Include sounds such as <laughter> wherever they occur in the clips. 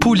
Pool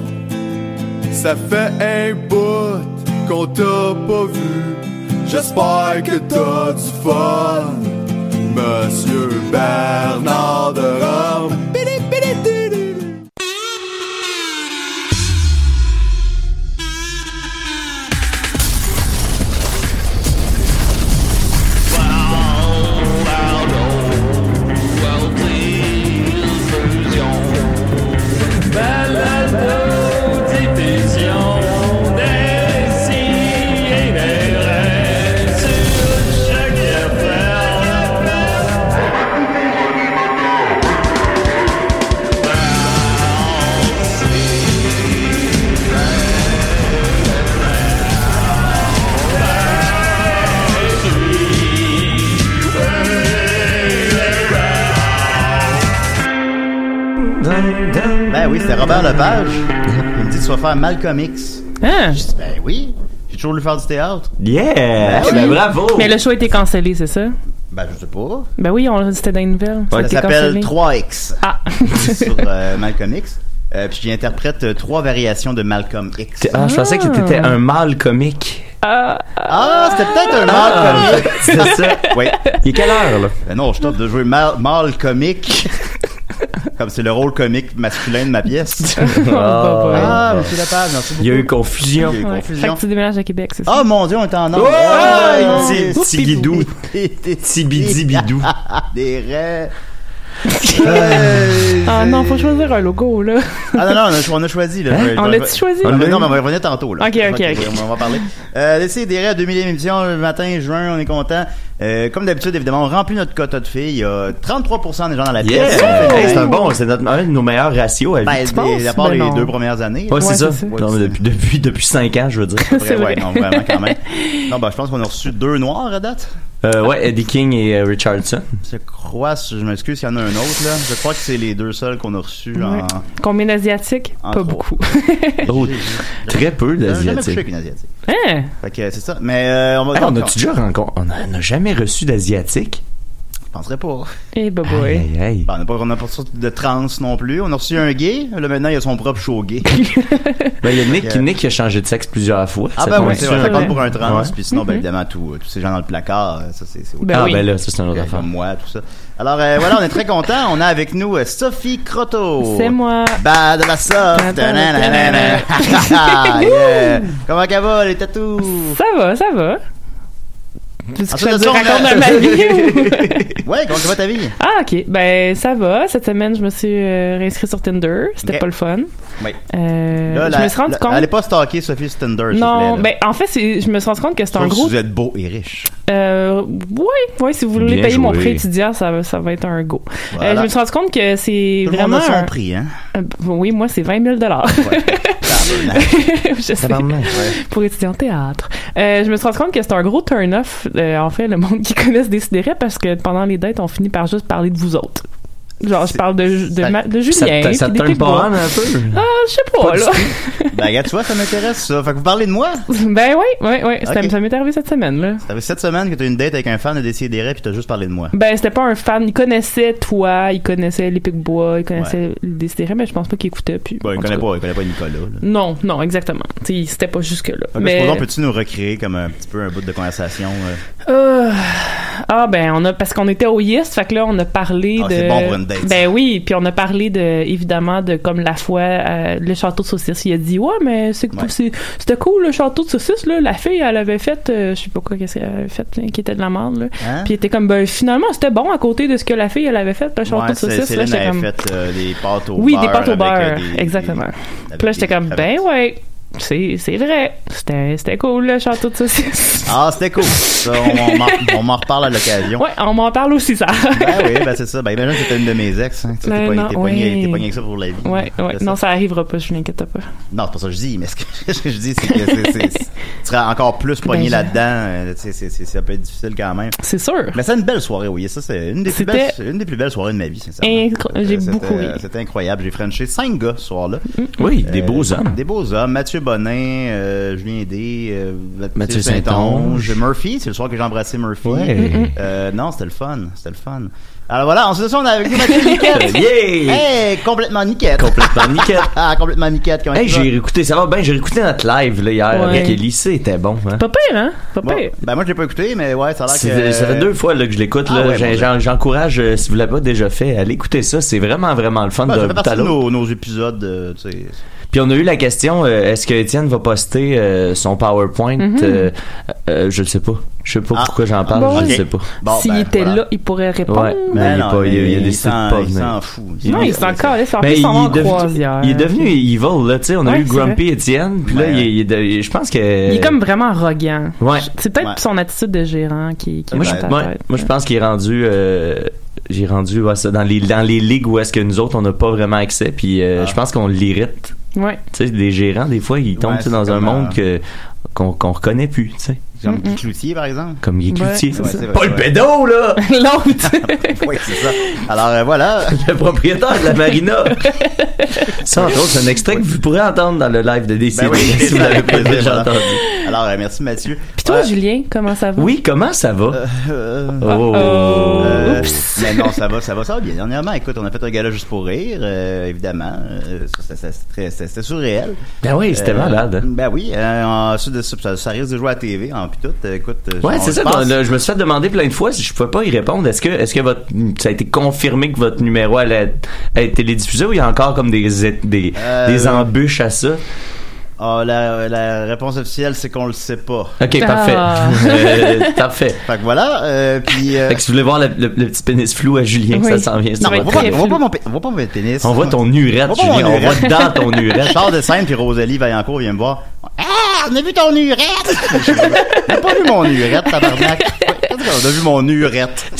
ça fait un bout qu'on t'a pas vu. J'espère que t'as du fun, Monsieur Bernard de Rome. Ben oui, c'était Robert Lepage. Il me dit tu vas faire Malcolm X. Ah, Je dis ben oui, j'ai toujours voulu faire du théâtre. Yeah! Ben, bravo! Eh mais le show a été cancellé, c'est ça? Ben je sais pas. Ben oui, on c'était dans les nouvelles. Ça C'était s'appelle cancellé. 3X Ah! <laughs> sur euh, Malcolm X. Euh, puis j'y interprète euh, trois variations de Malcolm X. Ah, je pensais que t'étais un mâle comique. Ah, c'était peut-être un Ah. mal comique. C'est ça. Oui. Il est quelle heure, là? Ben non, je tente de jouer mal, mal comique. Comme c'est le rôle comique masculin de <laughs> ma pièce. Oh, bah, Bon, bon, bon. Ah, monsieur Lepage, merci beaucoup. Il y a eu confusion. Il y a eu Ouais, fait confusion. que tu déménages à Québec, c'est ça? Ah mon dieu, on est en Oh, or. Ti- Tibidou. <laughs> Tibidibidou. Des <laughs> rêves. Ah non, faut choisir un logo, là. Hein? Ah non, non, on a, cho- on a choisi. Là. Je- Ah, On ben, je- l'a-tu choisi? On l'a- On l'a non, eu. mais on va y revenir tantôt. Là. Ok, ok, Je- ok. On va en parler. Euh, Laissez des rêves, 2000 émissions le euh, matin, juin, on est content. Euh, comme d'habitude, évidemment, on remplit notre quota de filles. Il y a 33% des gens dans la Yeah! pièce. Hey, c'est un bon, c'est notre, un de nos meilleurs ratios à vie. Ben, tu des- penses? à part Ben les non. deux premières années. Ouais, c'est ouais, ça. c'est ça. Non, mais depuis, depuis, depuis 5 ans, je veux dire. c'est vrai. Ouais, non, vraiment, <laughs> quand même. Non, ben, je pense qu'on a reçu deux noirs à date. <laughs> Euh, ouais, Eddie King et euh, Richardson. Je crois, je m'excuse s'il y en a un autre, là. Je crois que c'est les deux seuls qu'on a reçus Ouais. en. Combien d'asiatiques? En Pas trois. <laughs> beaucoup. Oh, très peu J'ai jamais couché avec d'Asiatiques. une asiatique. hein? Fait que c'est ça. Mais euh, on va. Hey, on donc, a-tu déjà rencontré... On a- on a jamais reçu d'Asiatiques? Je penserais pas. Eh, bah, boy. Aïe, aïe. Ben, on n'a pas, on a pas sorti de trans non plus. On a reçu un gay. Là, maintenant, il a son propre <laughs> show gay. Ben, il y a Nick, Euh, Nick qui a changé de sexe plusieurs fois. ah, Ça ben oui, compte-tu c'est vrai. un Ça peu? compte pour un trans. Ouais. Puis sinon, ben, évidemment, tout- tous ces gens dans le placard, euh, ça, c'est c'est autre Mm-hmm. Ben ah, oui. ben là, ça, c'est une autre chose, affaire. comme moi, tout ça. Alors, euh, voilà, on est très contents. On a avec nous euh, Sophie Croteau. C'est moi. Bah, de la sauce. Ta-na-na-na-na. <laughs> Yeah. Comment ça va, les tatous? Ça va, ça va. Tu veux que je Ensuite te de ça, on a- raconte <laughs> ma vie ou- Ouais, comment ça va ta vie? Ah, ok. Ben, ça va. Cette semaine, je me suis euh, réinscrite sur Tinder. C'était Ok. pas le fun. Oui. Euh, Là, je la- me suis rendu la- compte. Allez pas stalker Sophie Stender, s'il non, vous ben, plaît. en fait, c'est- je me suis rendu compte que c'est un Sauf si gros. vous êtes beau et riche. Euh, oui, oui, si vous voulez Bien payer mon joué. prêt étudiant, ça, va- ça va être un go. Euh, Voilà. je me suis rendu compte que c'est Tout le monde vraiment. a son un- prix, hein? euh, oui, moi, c'est 20 000 <laughs> Tabarnak. Je sais. Tabarnak. pour étudier en théâtre. Euh, je me suis rendu compte que c'est un gros turn-off, euh, en fait, le monde qui <laughs> connaisse Décideret, parce que pendant les dates, on finit par juste parler de vous autres. Genre, je C'est- ben, parle de, de, ça- ma- de Ça Julien. te- ça puis des te turn Québécois. pas on un peu? Ah, je sais pas, Pas du là. <laughs> ben, regarde, tu vois, ça m'intéresse, ça. Fait que vous parlez de moi. ben oui, oui, oui. Ça, Ok. ça m'est arrivé cette semaine, là. Ça fait sept semaines que t'as une date avec un fan de Décideret puis t'as juste parlé de moi. Ben, c'était pas un fan. Il connaissait toi, il connaissait les Pic-Bois, il connaissait le Décideret, mais je pense pas qu'il écoutait. Puis, Bon, en il tout connaît cas. pas, il connaît pas Nicolas, là. Non, non, exactement. T'sais, C'était pas jusque-là. Fait que là, mais... supposons, Ah, peux-tu nous recréer comme un petit peu un bout de conversation? euh? Euh, ah ben on a parce qu'on était au Yes, fait que là on a parlé Ah, de c'est bon pour une date. ben oui, puis on a parlé de évidemment de comme la fois euh, le château de saucisse, il a dit ouais mais c'est Ouais. c'est- c'était cool le château de saucisse là, la fille elle avait fait euh, je sais pas quoi qu'est-ce qu'elle avait fait hein, qui était de la merde là. Hein? Puis il était comme ben finalement c'était bon à côté de ce que la fille elle avait fait le château Ouais, de c'est- saucisse là, Céline j'étais avait comme fait euh, des pâtes au oui, beurre. des pâtes au avec, euh, beurre, des- des- exactement. avec Puis là j'étais des- comme ben ouais, c'est c'est vrai. C'était c'était cool le château de saucisse. Ah, c'était cool. Ça, on, <laughs> on m'en- on m'en reparle à l'occasion. Ouais, on m'en parle aussi ça. Ben oui, ben c'est ça. Ben imagine que c'était une de mes ex. Hein. Tu sais, Ben T'es pas, non, t'es pogné- ouais. t'es pogné avec ça pour la vie. Ouais, ouais. C'est Non, ça arrivera pas, je m'inquiète pas. Non, c'est pas ça que je dis, mais ce que ce que <laughs> je dis, c'est que c'est- <laughs> c'est- c'est- tu seras encore plus pogné Ben, je- là-dedans. euh, tu sais, c'est- c'est- ça peut être difficile quand même. C'est sûr. Mais c'est une belle soirée, oui. Ça, c'est une, des plus belles- C'était- une des plus belles soirées de ma vie, sincèrement. Euh, Incro- j'ai C'était- beaucoup ri. Mm. c'était- C'était incroyable. J'ai frenché cinq gars ce soir-là. Oui, des Euh, beaux hommes. Des beaux hommes. Mathieu Bonin, euh, Julien Aidé, euh, Mathieu Mathieu Saint-Onge. Saint-Onge, Murphy. C'est le soir que j'ai embrassé Murphy. Ouais. Mm, Euh, non, c'était le fun. C'était le fun. Alors voilà, ensuite de ça, on a avec nous <laughs> Mathieu Niquette. Euh, Yeah! hey, complètement niquette. <laughs> Complètement nickel. ah, complètement niquette. Comment Hey, tu vas? j'ai réécouté, ça va bien, j'ai réécouté notre live là, hier Ouais. avec Ellie, c'était bon. Hein? Pas pire, hein? Pas Bon, pire. ben moi, je l'ai pas écouté, mais ouais, ça a l'air C'est- que... Ça fait deux fois là, que je l'écoute. Ah là. ouais, J'ai- mon Dieu. j'en- J'encourage, euh, si vous l'avez pas déjà fait, allez écouter ça. C'est vraiment, vraiment le fun Ouais, de ça fait bout à partie de l'autre. nos, nos épisodes, euh, tu sais. Puis on a eu la question euh, est-ce que Étienne va poster euh, son PowerPoint Mhm. euh, euh, Je le sais pas. Je sais pas Ah. pourquoi j'en parle, Bon, je le ok. sais pas. Bon, S'il ben, était voilà. là, il pourrait répondre. Ouais, mais il, est pas, il, il a décidé de s'en- pas il venir. s'en fout. Non, il s'en s'en calait. En Mais plus, il, on va en est devenu, croisière. il est devenu evil, là, tu sais. On a Ouais, eu c'est Grumpy Étienne, puis là, Ouais. il, est- il est de- je pense que. Il est comme vraiment arrogant. Ouais. C'est peut-être Ouais. son attitude de gérant qui, Ben, qui Moi, monte je, à moi- tête. moi, je pense qu'il est rendu. euh, j'ai rendu ouais, ça, dans, les, dans les ligues où est-ce que nous autres, on n'a pas vraiment accès, puis euh, Ah. je pense qu'on l'irrite. Ouais. Tu sais, les gérants, des fois, ils tombent Ouais, tu sais, c'est dans un comme, monde euh, que- qu'on qu'on reconnaît plus, tu sais. Comme Guy Cloutier, <laughs> par exemple. Comme Guy Ouais, Cloutier. c'est Ouais, ça. c'est vrai, pas c'est le vrai. pédo, là! <laughs> <laughs> L'autre. Oui, c'est ça. Alors, euh, voilà. Le propriétaire de la <laughs> marina! ça, entre autres, c'est un extrait que vous pourrez entendre dans le live de DC. Ben oui, si vous l'avez pas plaisir, déjà voilà. entendu. Alors, euh, merci Mathieu. Puis toi, Ouais, Julien, comment ça va? Oui, comment ça va? euh, euh, Oh. Oh. euh, Oups. mais non, ça va, ça va, ça va bien. Dernièrement, écoute, on a fait un gala juste pour rire, euh, évidemment. Euh, ça, ça, ça, c'était très- c'était c'était surréel. Ben oui, c'était Euh, malade. hein. Ben oui, euh, ensuite de ça, ça, ça risque de jouer à la TV, en plus tout. euh, Écoute, euh, Ouais, on- c'est je ça. pense- ben, là, je me suis fait demander plein de fois si je pouvais pas y répondre. Est-ce que, est-ce que votre, ça a été confirmé que votre numéro allait être, être télédiffusé ou il y a encore comme des, é- des, Euh, des embûches à ça? Ah, la, la réponse officielle, c'est qu'on le sait pas. Ok, Ah. parfait. <laughs> Euh, parfait. Fait que voilà, euh, puis... euh, Fait que si vous voulez voir le, le- le petit pénis flou à Julien, Oui. ça s'en vient. sur non, va on votre voit, pas, très écran. on voit pas mon, pé- on voit pas mon pénis. on voit ton urette, On voit mon Ah, Julien. On voit urette. dans ton Je <laughs> urette. Ah, sors de scène, puis Rosalie Vaillancourt vient me voir. Ah, on a vu ton urette! Je dis, on a pas vu mon urette, tabarnak. Qu'est-ce qu'on a vu mon urette?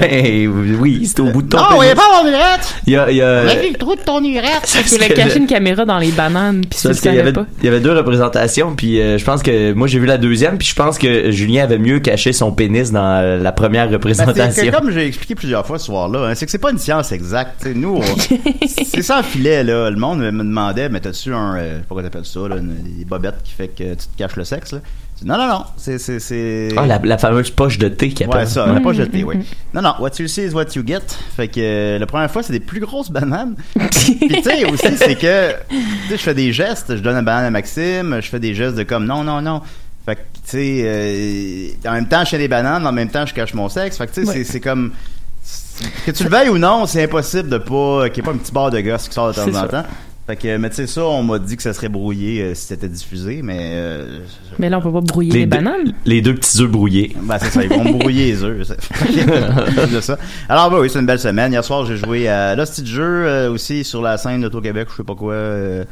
ben oui, c'est au bout de ton Non, on voyait pénis. Euh, pas mon urette! Il y a, il y a- On a vu le trou de ton urette! parce Il voulait que- cacher une caméra dans les bananes, puis C'est tu le parce qu'il y savais avait, pas. il y avait deux représentations, puis euh, je pense que moi j'ai vu la deuxième, puis je pense que Julien avait mieux caché son pénis dans euh, la première Ben, c'est que représentation. comme j'ai expliqué plusieurs fois ce soir-là, hein, c'est que c'est pas une science exacte. T'sais, <laughs> nous, on- c'est sans filet, là. Le monde me demandait, mais t'as-tu un, euh, je sais pas comment t'appelles ça, là, une- des bobettes qui fait que tu te caches le sexe, là? Non, non, non. C'est. c'est, c'est... Ah, la, la fameuse poche de thé qu'il appelle. Ouais, ça, on Mm. l'a pas jeté, oui. Non, non, what you see is what you get. Fait que euh, la première fois, c'est des plus <laughs> grosses bananes. Puis tu sais, aussi, c'est que tu sais, je fais des gestes, je donne la banane à Maxime, je fais des gestes de comme non, non, non. Fait que, tu sais, euh, en même temps, je fais des bananes, en même temps, je cache mon sexe. Fait que, tu sais, c'est- c'est comme. Que tu le veuilles ou non, c'est impossible de pas. euh, qu'il n'y ait pas un petit bar de gosse qui sort de temps C'est ça. en temps. Fait que, mais tu sais, ça, on m'a dit que ça serait brouillé euh, si c'était diffusé, mais. euh, Mais là, on peut pas brouiller les, deux, bananes. les deux petits œufs brouillés. ben, c'est ça, ils vont me brouiller les <laughs> œufs. ça. C'est ça. Alors, ben oui, c'est une belle semaine. Hier soir, j'ai joué à l'hostie de jeu euh, aussi sur la scène d'Auto-Québec, je sais pas quoi, euh,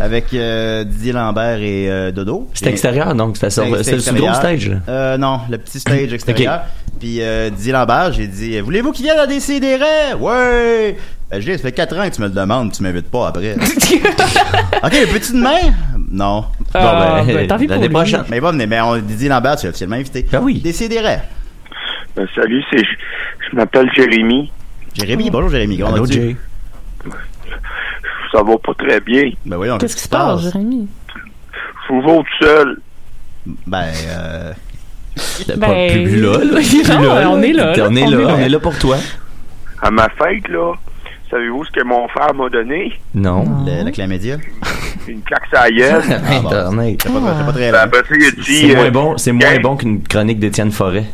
avec euh, Didier Lambert et euh, Dodo. C'était Et- extérieur, donc c'était sur- C'était c'était sur le gros extérieur. stage. là. Euh, non, le <clears throat> petit stage extérieur. Puis euh, Didier Lambert, j'ai dit Voulez-vous qu'il vienne à Décideret Ouais ben, J'ai dit, ça fait 4 ans que tu me le demandes, tu m'invites pas <laughs> après. ok, petit demain Non. Ah, ben, tant pis pour l'année lui. prochaine. Mais bon, mais, mais on, Didier Lambert, tu es officiellement invité. Ben oui. Décideret. Ben, salut, c'est je, je m'appelle Jérémy. Jérémy, Oh. bonjour Jérémy. Comment Allô, vas-tu? Jay. Ça va pas très bien. Ben voyons, Qu'est-ce qui se passe, Jérémy? Je vous vois tout seul. Ben, euh, Pas Ben, plus là, <laughs> là. non, Plus là, on est là, là, On est on est là, là. on est là pour toi. À ma fête, là, savez-vous ce que mon frère m'a donné? <laughs> Non. Oh. le, le Clamédia. Une claque sur la Ah, gueule. Internet. C'est pas, c'est pas Ben, très bien. après ça, il a dit... C'est moins euh, bon, c'est moins hey. bon qu'une chronique d'Étienne Forêt.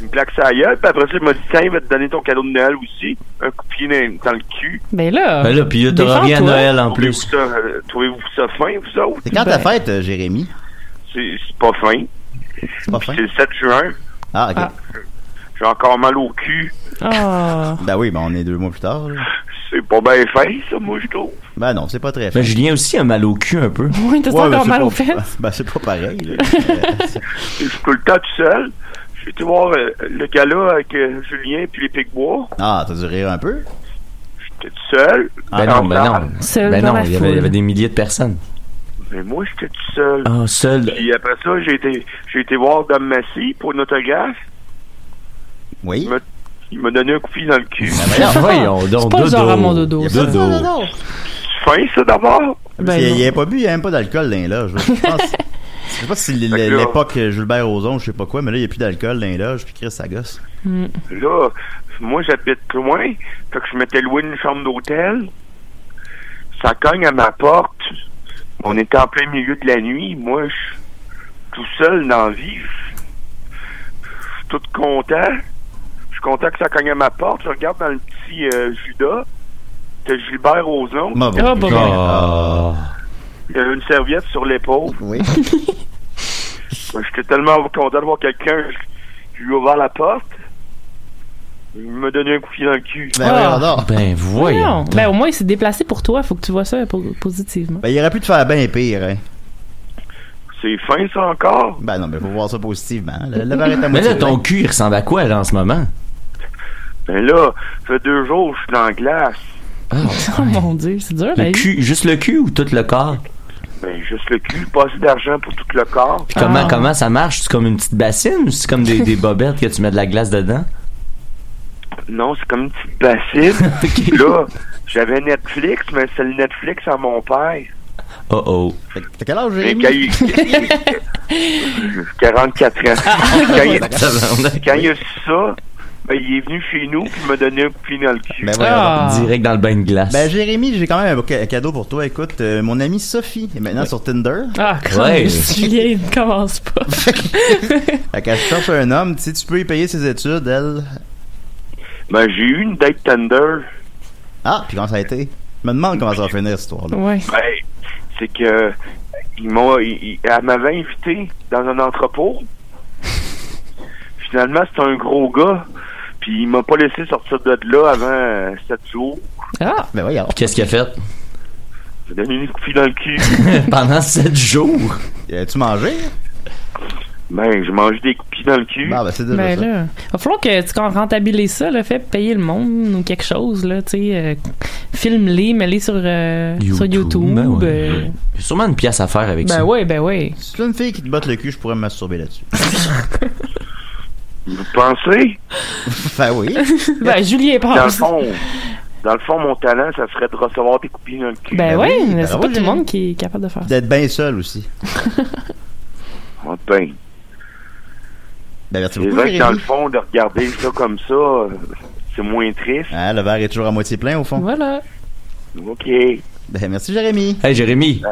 Une claque sur la gueule. Puis après ça, il m'a dit, tiens, il va te donner ton cadeau de Noël aussi. Un coup de pied dans, dans le cul. Ben là. Ben là, puis là, t'auras rien à défends-toi. Noël en Trouvez-vous plus. ça, euh, Trouvez-vous ça fin, vous autres? C'est quand Ben. ta fête, euh, Jérémy? C'est c'est pas fin. C'est pas fin? C'est le 7 juin. Ah, ok. Ah. J'ai encore mal au cul. Ah. Ben oui, ben on est deux mois plus tard. là. C'est pas bien fin, ça, moi, je trouve. Ben non, c'est pas très fin. Ben, Julien aussi a mal au cul un peu. Oui, t'as Ouais, ben, encore c'est mal pas- aux fesses. <laughs> Ben c'est pas pareil, là. <laughs> Je suis tout le temps tout seul. J'ai été voir euh, le gala avec euh, Julien puis les Picbois. Ah, t'as dû rire un peu? J'étais tout seul. Ben Ah, non, ben non. Seul Ben dans non, la il y avait- il y foule. avait des milliers de personnes. Mais moi, j'étais tout seul. Ah, seul. Puis après ça, j'ai été, j'ai été voir Dom Massy pour une autographe. Oui? Me- Il m'a donné un coup de pied dans le cul. ben Voyons C'est donc, pas le genre à mon dodo. dodo. Il y a pas de- Dodo. C'est fin, ça, d'abord? Ben il, il non. avait pas bu, il n'y a même pas d'alcool dans les loges. Je pense. <laughs> Je sais pas si l- Fait que là- l'époque Gilbert Rozon, je sais pas quoi, mais là, il n'y a plus d'alcool dans les loges, puis Chris, ça gosse. Là, moi, j'habite loin. Fait que je m'étais loué une chambre d'hôtel. Ça cogne à ma porte. On était en plein milieu de la nuit. Moi, je suis tout seul dans la vie. Je suis tout content. Je suis content que ça cogne à ma porte. Je regarde dans le petit euh, Judas. C'était Gilbert Rozon. Ma- Ah, bah, bah. Ah. Il avait une serviette sur l'épaule. Oui. <laughs> Moi, J'étais tellement content de voir quelqu'un. Je lui ai ouvert la porte. Il m'a donné un coup de pied dans le cul. Ben Ah. voyons donc. Ben voyons. Non. Ben au moins, il s'est déplacé pour toi. Faut que tu vois ça po- positivement. Ben, il aurait pu te faire bien pire, hein. C'est fin, ça, encore? Ben non, mais faut voir ça positivement. Le, le verre est à Mais moitié là, ton ben. plein. cul, il ressemble à quoi, là, en ce moment? Ben là, ça fait deux jours que je suis dans la glace. Ah, Oh mon dieu, c'est dur la le vie. cul, juste le cul ou tout le corps? Ben, juste le cul, pas assez d'argent pour tout le corps. Puis comment, Ah. comment ça marche? C'est comme une petite bassine ou c'est comme des, <laughs> des bobettes que tu mets de la glace dedans? Non, c'est comme une petite <laughs> bassine. Ok. là, j'avais Netflix, mais c'est le Netflix à mon père. Oh oh. Fait que- T'as quel âge, Mais Jérémy? quand il... <laughs> 44 ans. Ah, quand, il... quand il a su ça, ben, il est venu chez nous, puis il m'a donné un coup de pied dans le cul. Ben voyons donc. Ah. Direct dans le bain de glace. Ben Jérémy, j'ai quand même un ca- cadeau pour toi. Écoute, euh, mon amie Sophie est maintenant sur Tinder. Ah, quand Ouais. même, Julien, il ne commence pas. Fait qu'elle cherche un homme, tu sais, tu peux y payer ses études, elle. Ben, j'ai eu une date tender. Ah, puis comment ça a été? Je me demande comment ça va finir, cette histoire-là. Ouais. Ben, c'est que ils m'ont, ils- ils- elle m'avait invité dans un entrepôt. Finalement, c'est un gros gars. Puis il m'a pas laissé sortir de là avant euh, sept jours. Ah, Ben voyons. Qu'est-ce qu'il a fait? <laughs> J'ai donné une coupille dans le <laughs> cul. Pendant sept jours? As-tu mangé? ben, je mange des coupilles dans le cul. Bah, ben c'est déjà ben ça. là. Va falloir que tu qu'on rentabilise ça, là, fait payer le monde ou quelque chose, là, tu sais. euh, Filme-les, mets-les sur, euh, sur YouTube. Ben ouais. euh, Il y a sûrement une pièce à faire avec ben ça. ouais, ben ouais. Si tu as une fille qui te botte le cul, je pourrais me masturber <laughs> là-dessus. Vous pensez? ben oui. Ben, Julien Dans le pense. fond, Dans le fond, mon talent, ça serait de recevoir des coupines dans le cul. Ben Ben oui, oui, <laughs> mais ben c'est pas oui. tout le monde qui est capable de faire ça. D'être bien seul aussi. Ah ben, Ben, merci c'est beaucoup, vrai que dans le Jérémy. fond, de regarder ça comme ça, euh, c'est moins triste. Ah, le verre est toujours à moitié plein, au fond. Voilà. Ah. OK. Ben, <laughs> merci, Jérémy. Hey Jérémy,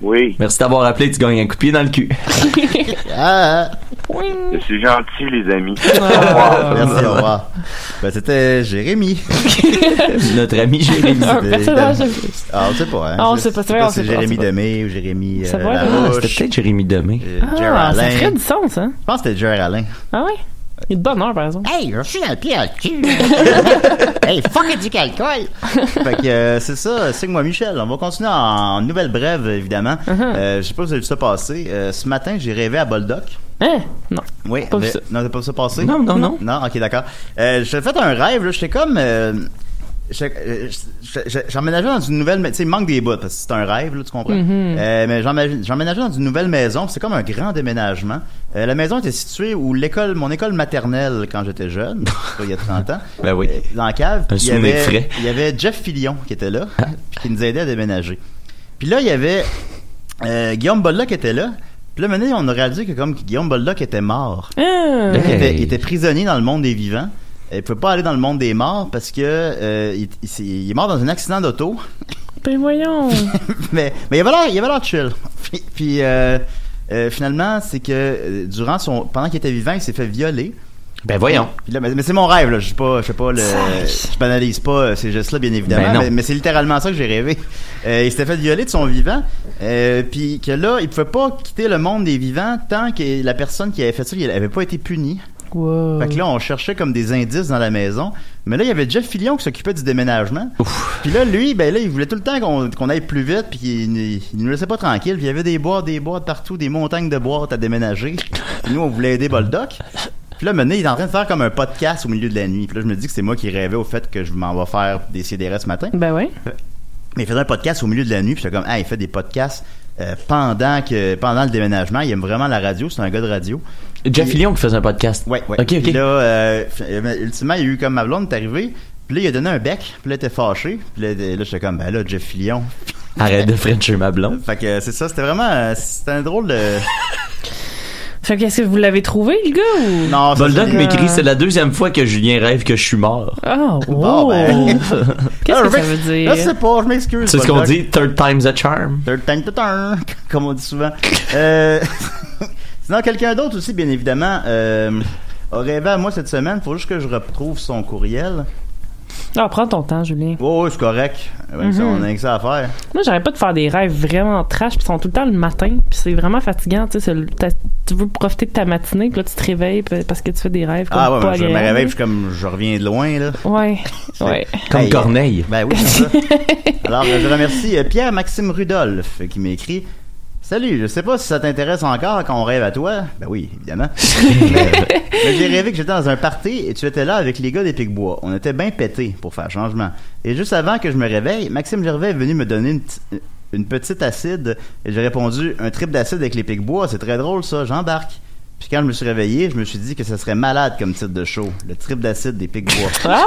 Oui, merci d'avoir appelé, tu gagnes un coup de pied dans le cul. <laughs> Ah, je suis gentil, les amis. ah, merci, au revoir. Ben, c'était <laughs> Jérémy. Notre ami Jérémy. Un C'était- personnage de Ah, on sait pas, hein. Ah, on Je- sait pas, je c'est vrai, on si sait c'est pas, on Jérémy sait pas. Demé ou Jérémy Ça euh, va, Ah, Larouche. c'était peut-être Jérémy Demé. euh, Jerry Ah, ça Alain. ferait du sens, hein? Je pense que c'était Jerry Alain. Ah ouais? Il est de bonne heure, par exemple. Hey, je suis un pied <laughs> à cul. hey, fuck du calcul. fait que euh, c'est ça, c'est que moi Michel. On va continuer en nouvelle brève, évidemment. Uh-huh. Euh, je sais pas si vous avez vu ça passer. Euh, ce matin, j'ai rêvé à Boldoc. Hein? Non. Oui, Pas vu mais- ça. non, t'as pas vu ça passer? Non, non, non. Non, ok, d'accord. Euh, j'ai fait un rêve, là, j'étais comme. euh, j'étais- euh, j'étais- j'étais- J'emménageais dans une nouvelle. mais Tu sais, il manque des bouts parce que c'est un rêve, là, tu comprends. Mm-hmm. Euh, mais j'emmé- j'emménageais dans une nouvelle maison, puis c'est comme un grand déménagement. Euh, la maison était située où l'école, mon école maternelle quand j'étais jeune, <laughs> il y a 30 ans. Ben oui. euh, Dans la cave. Un puis il y souvenir avait- frais. Ah. Il y avait Jeff Fillion qui était là, puis qui nous aidait à déménager. Puis là, il y avait euh, Guillaume Bollock était là. Puis là, maintenant, on a réalisé que comme Guillaume Bollock était mort, Hein? Hey. il, était, il était prisonnier dans le monde des vivants. Il pouvait pas aller dans le monde des morts parce que euh, il, il s'est- il est mort dans un accident d'auto. <laughs> Ben voyons. <laughs> mais, mais il avait l'air, il avait l'air chill. puis puis, euh, euh, finalement, c'est que euh, durant son, pendant qu'il était vivant, il s'est fait violer. Ben voyons. Puis là, mais, mais c'est mon rêve, là. Je sais pas, je sais pas le, je banalise pas euh, ces gestes-là, bien évidemment. Ben non. mais mais c'est littéralement ça que j'ai rêvé. Euh, il s'était fait violer de son vivant, euh, puis que là, il pouvait pas quitter le monde des vivants tant que la personne qui avait fait ça, elle avait pas été punie. Wow. Fait que là, on cherchait comme des indices dans la maison. Mais là, il y avait Jeff Fillion qui s'occupait du déménagement. Puis là, lui, ben là, il voulait tout le temps qu'on qu'on aille plus vite, puis il, il- il nous laissait pas tranquille. Puis il y avait des boîtes, des boîtes partout, des montagnes de boîtes à déménager. Puis nous, on voulait aider Boldoc. Puis là, maintenant, il est en train de faire comme un podcast au milieu de la nuit. Puis là, je me dis que c'est moi qui rêvais au fait que je m'en vais faire des CDR ce matin. Ben ouais. Mais il faisait un podcast au milieu de la nuit, puis j'étais comme, ah, il fait des podcasts euh, pendant que pendant le déménagement. Il aime vraiment la radio, c'est un gars de radio. Jeff Il- Fillion qui faisait un podcast. Ouais, ouais. Ok, Puis ok. là, euh, fi- euh, ultimement, il y a eu comme ma blonde est arrivée. Puis là, il a donné un bec. Puis là, il était fâché. Puis là, de- là j'étais comme, ben là, Jeff Fillion. Arrête de frencher ma blonde. Fait que euh, c'est ça, c'était vraiment. euh, C'était un drôle de. Fait que est-ce que vous l'avez trouvé, le gars, ou? Non, Ah, ça, Boldoc c'est- euh, m'écrit, c'est la deuxième fois que Julien rêve que je suis mort. Oh. Ah, wow. Bon, ben. Qu'est-ce <laughs> que Ah, ça je- veut Là, je dire? sais pas, je m'excuse. C'est ce qu'on Boldoc. dit, third time's a charm. Third time to turn, comme on dit souvent. Euh, <laughs> sinon, quelqu'un d'autre aussi, bien évidemment, euh, a rêvé à moi cette semaine. Faut juste que je retrouve son courriel. Ah, prends ton temps, Julien. Mhm. Oh, ouais, c'est correct. Avec ça, on a rien que ça à faire. Moi, j'arrête pas de faire des rêves vraiment trash, puis ils sont tout le temps le matin, puis c'est vraiment fatigant, tu sais. c'est le- t'as- Tu veux profiter de ta matinée, puis là, tu te réveilles puis- parce que tu fais des rêves comme Ah ouais, pas ben, je me agréables. réveille, je suis comme, je reviens de loin, là. <laughs> Ouais, ouais. Comme Hey, Corneille. Ben oui, c'est <laughs> ça. Alors, euh, je remercie euh, Pierre-Maxime Rudolph euh, qui m'écrit. Salut, je sais pas si ça t'intéresse encore quand on rêve à toi. Ben oui, <laughs> évidemment. mais, euh, mais j'ai rêvé que j'étais dans un party et tu étais là avec les gars des Picbois. On était bien pétés pour faire changement. Et juste avant que je me réveille, Maxime Gervais est venu me donner une, p'ti- une petite acide. Et j'ai répondu, un trip d'acide avec les Picbois, c'est très drôle ça, j'embarque. Puis quand je me suis réveillé, je me suis dit que ça serait malade comme titre de show. Le trip d'acide des Picbois. Ah,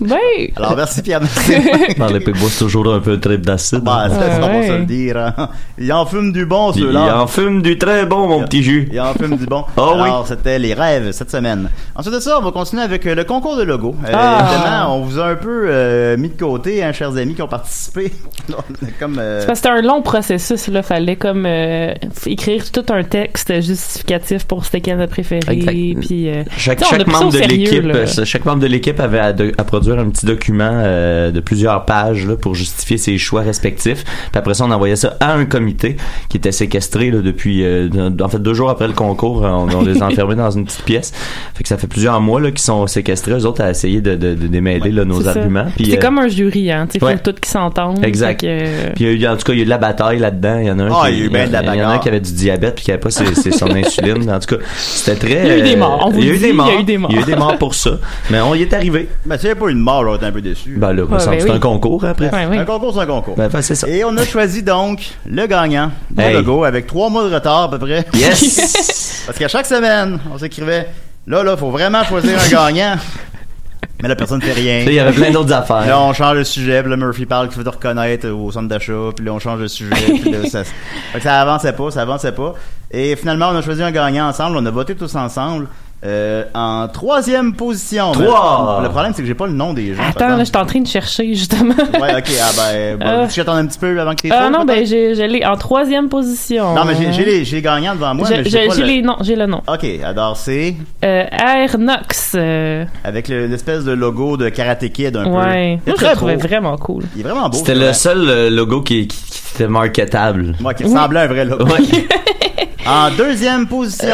ben, Alors <laughs> merci Pierre-Maxime. Dans les Pigbois, c'est toujours un peu un trip d'acide. hein. Bah, c'est Ah on va ouais. se le dire. hein. Il en fume du bon, Il ceux-là. en fume du très bon, mon petit jus. Il en fume du bon. Ah oui. Alors, c'était les rêves cette semaine. Ensuite de ça, on va continuer avec euh, le concours de logo. Euh, Ah. Évidemment, on vous a un peu euh, mis de côté, hein, chers amis qui ont participé. <laughs> On est Comme, euh, C'est parce que c'était un long processus, là. Fallait comme euh, f- écrire tout un texte justificatif pour c'était quel notre préféré. Exact. Puis, euh, Chaque, tu sais, on a chaque pris ça au membre de sérieux, l'équipe, là. euh, chaque membre de l'équipe avait à, do- à produire un petit document euh, de plusieurs pages là, pour justifier ses choix respectifs. Puis après ça, on envoyait ça à un comité qui était séquestré là, depuis, euh, en fait, deux jours après le concours, euh, on, <laughs> on les a enfermés dans une petite pièce. Fait que ça fait plusieurs mois là qui sont séquestrés. Eux autres à essayer de, de, de démêler là, nos c'est ça. arguments. Puis c'est euh, comme un jury, hein. Tu sais, ouais. faut tout qui s'entendent. Exact. Fait que, euh, puis il y a eu- en tout cas, il y a eu de la bataille là-dedans. Il y en a un, Ah, qui, il y a eu ben de la il y en a un bagarre. qui avait du diabète puis qui avait pas ses, <laughs> ses- son insuline. En tout cas, c'était très. Il y a eu des euh, morts, on vous il y a eu le dit, des morts. il y a eu des morts. Il y a eu des morts pour ça. Mais on y est arrivé. Ben, s'il n'y avait pas eu de mort, j'aurais été un peu déçu. Ben là, Ouais, ça, ben c'est oui. un concours hein, après. ouais, ouais. Un concours, c'est un concours. Ben, ben, c'est ça. Et on a choisi donc le gagnant du Hey. logo avec trois mois de retard à peu près. Yes! <laughs> <laughs> Parce qu'à chaque semaine, on s'écrivait, là, là, faut vraiment choisir un gagnant. Mais la personne fait rien. Tu sais, Il y avait plein d'autres affaires. Là, on change le sujet, puis là, Murphy parle qu'il faut te reconnaître au centre d'achat, puis là, on change <laughs> le sujet, puis là, ça, fait que ça avançait pas, ça avançait pas. Et finalement, on a choisi un gagnant ensemble, on a voté tous ensemble, euh, en troisième position. Trois! Mais Le problème, c'est que j'ai pas le nom des gens. Attends, là, je suis en train de chercher, justement. Ouais, ok, ah ben, bon, Euh. tu t'attends un petit peu avant que les Ah autres, non, ben, peut-être? j'ai- je l'ai en troisième position. Non, mais j'ai- j'ai les, j'ai les gagnants devant moi, Je- mais je- j'ai pas j'ai le- les noms, j'ai le nom. Ok, alors c'est Euh, R. Nox. euh, avec le- l'espèce de logo de Karate Kid ouais. un peu. Il est Moi, je très le trouvais beau. vraiment cool. Il est vraiment beau. C'était c'est le vrai. seul euh, logo qui, qui- qui était marketable. Moi, qui ressemblait à un vrai <laughs> logo. Ouais. En deuxième position.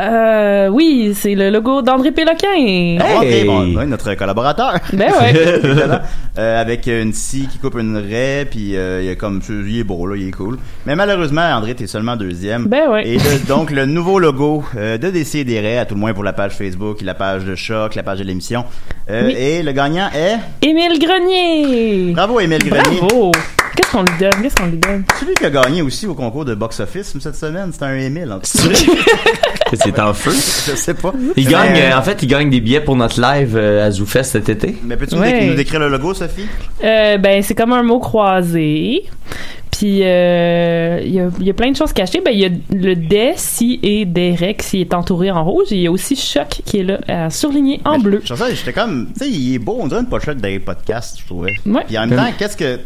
Euh, oui, c'est le logo d'André Péloquin. Ah, Hey! ok, bon, ouais, notre collaborateur. Ben ouais. <laughs> Excellent. Euh, avec une scie qui coupe une raie, puis euh, il est comme il est beau là, il est cool. Mais malheureusement, André, t'es seulement deuxième. Ben ouais. Et <laughs> le- donc le nouveau logo euh, de DC des raies, à tout le moins pour la page Facebook, la page de choc, la page de l'émission. Euh, Oui. Et le gagnant est Émile Grenier. bravo Émile Grenier, Bravo. Qu'est-ce qu'on lui donne? Qu'est-ce qu'on lui donne? celui qui a gagné aussi au concours de box office cette semaine, c'est un Émile. En tout cas. C'est en feu. <laughs> Je sais pas. Il Mais- gagne, euh, en fait, il gagne des billets pour notre live euh, à ZooFest cet été. Mais peux-tu Ouais. nous, dé- nous décrire le logo, Sophie? Euh, ben, c'est comme un mot croisé. Puis, euh, il y, a, il y a plein de choses cachées. Ben, il y a le des, si et des rex qui est entouré en rouge. Et il y a aussi choc qui est là, à surligner en Mais bleu. je- je sais, j'étais comme, tu sais, il est beau, on dirait une pochette d'un podcast, je trouvais. Ouais. Ben Puis en même temps, qu'est-ce que.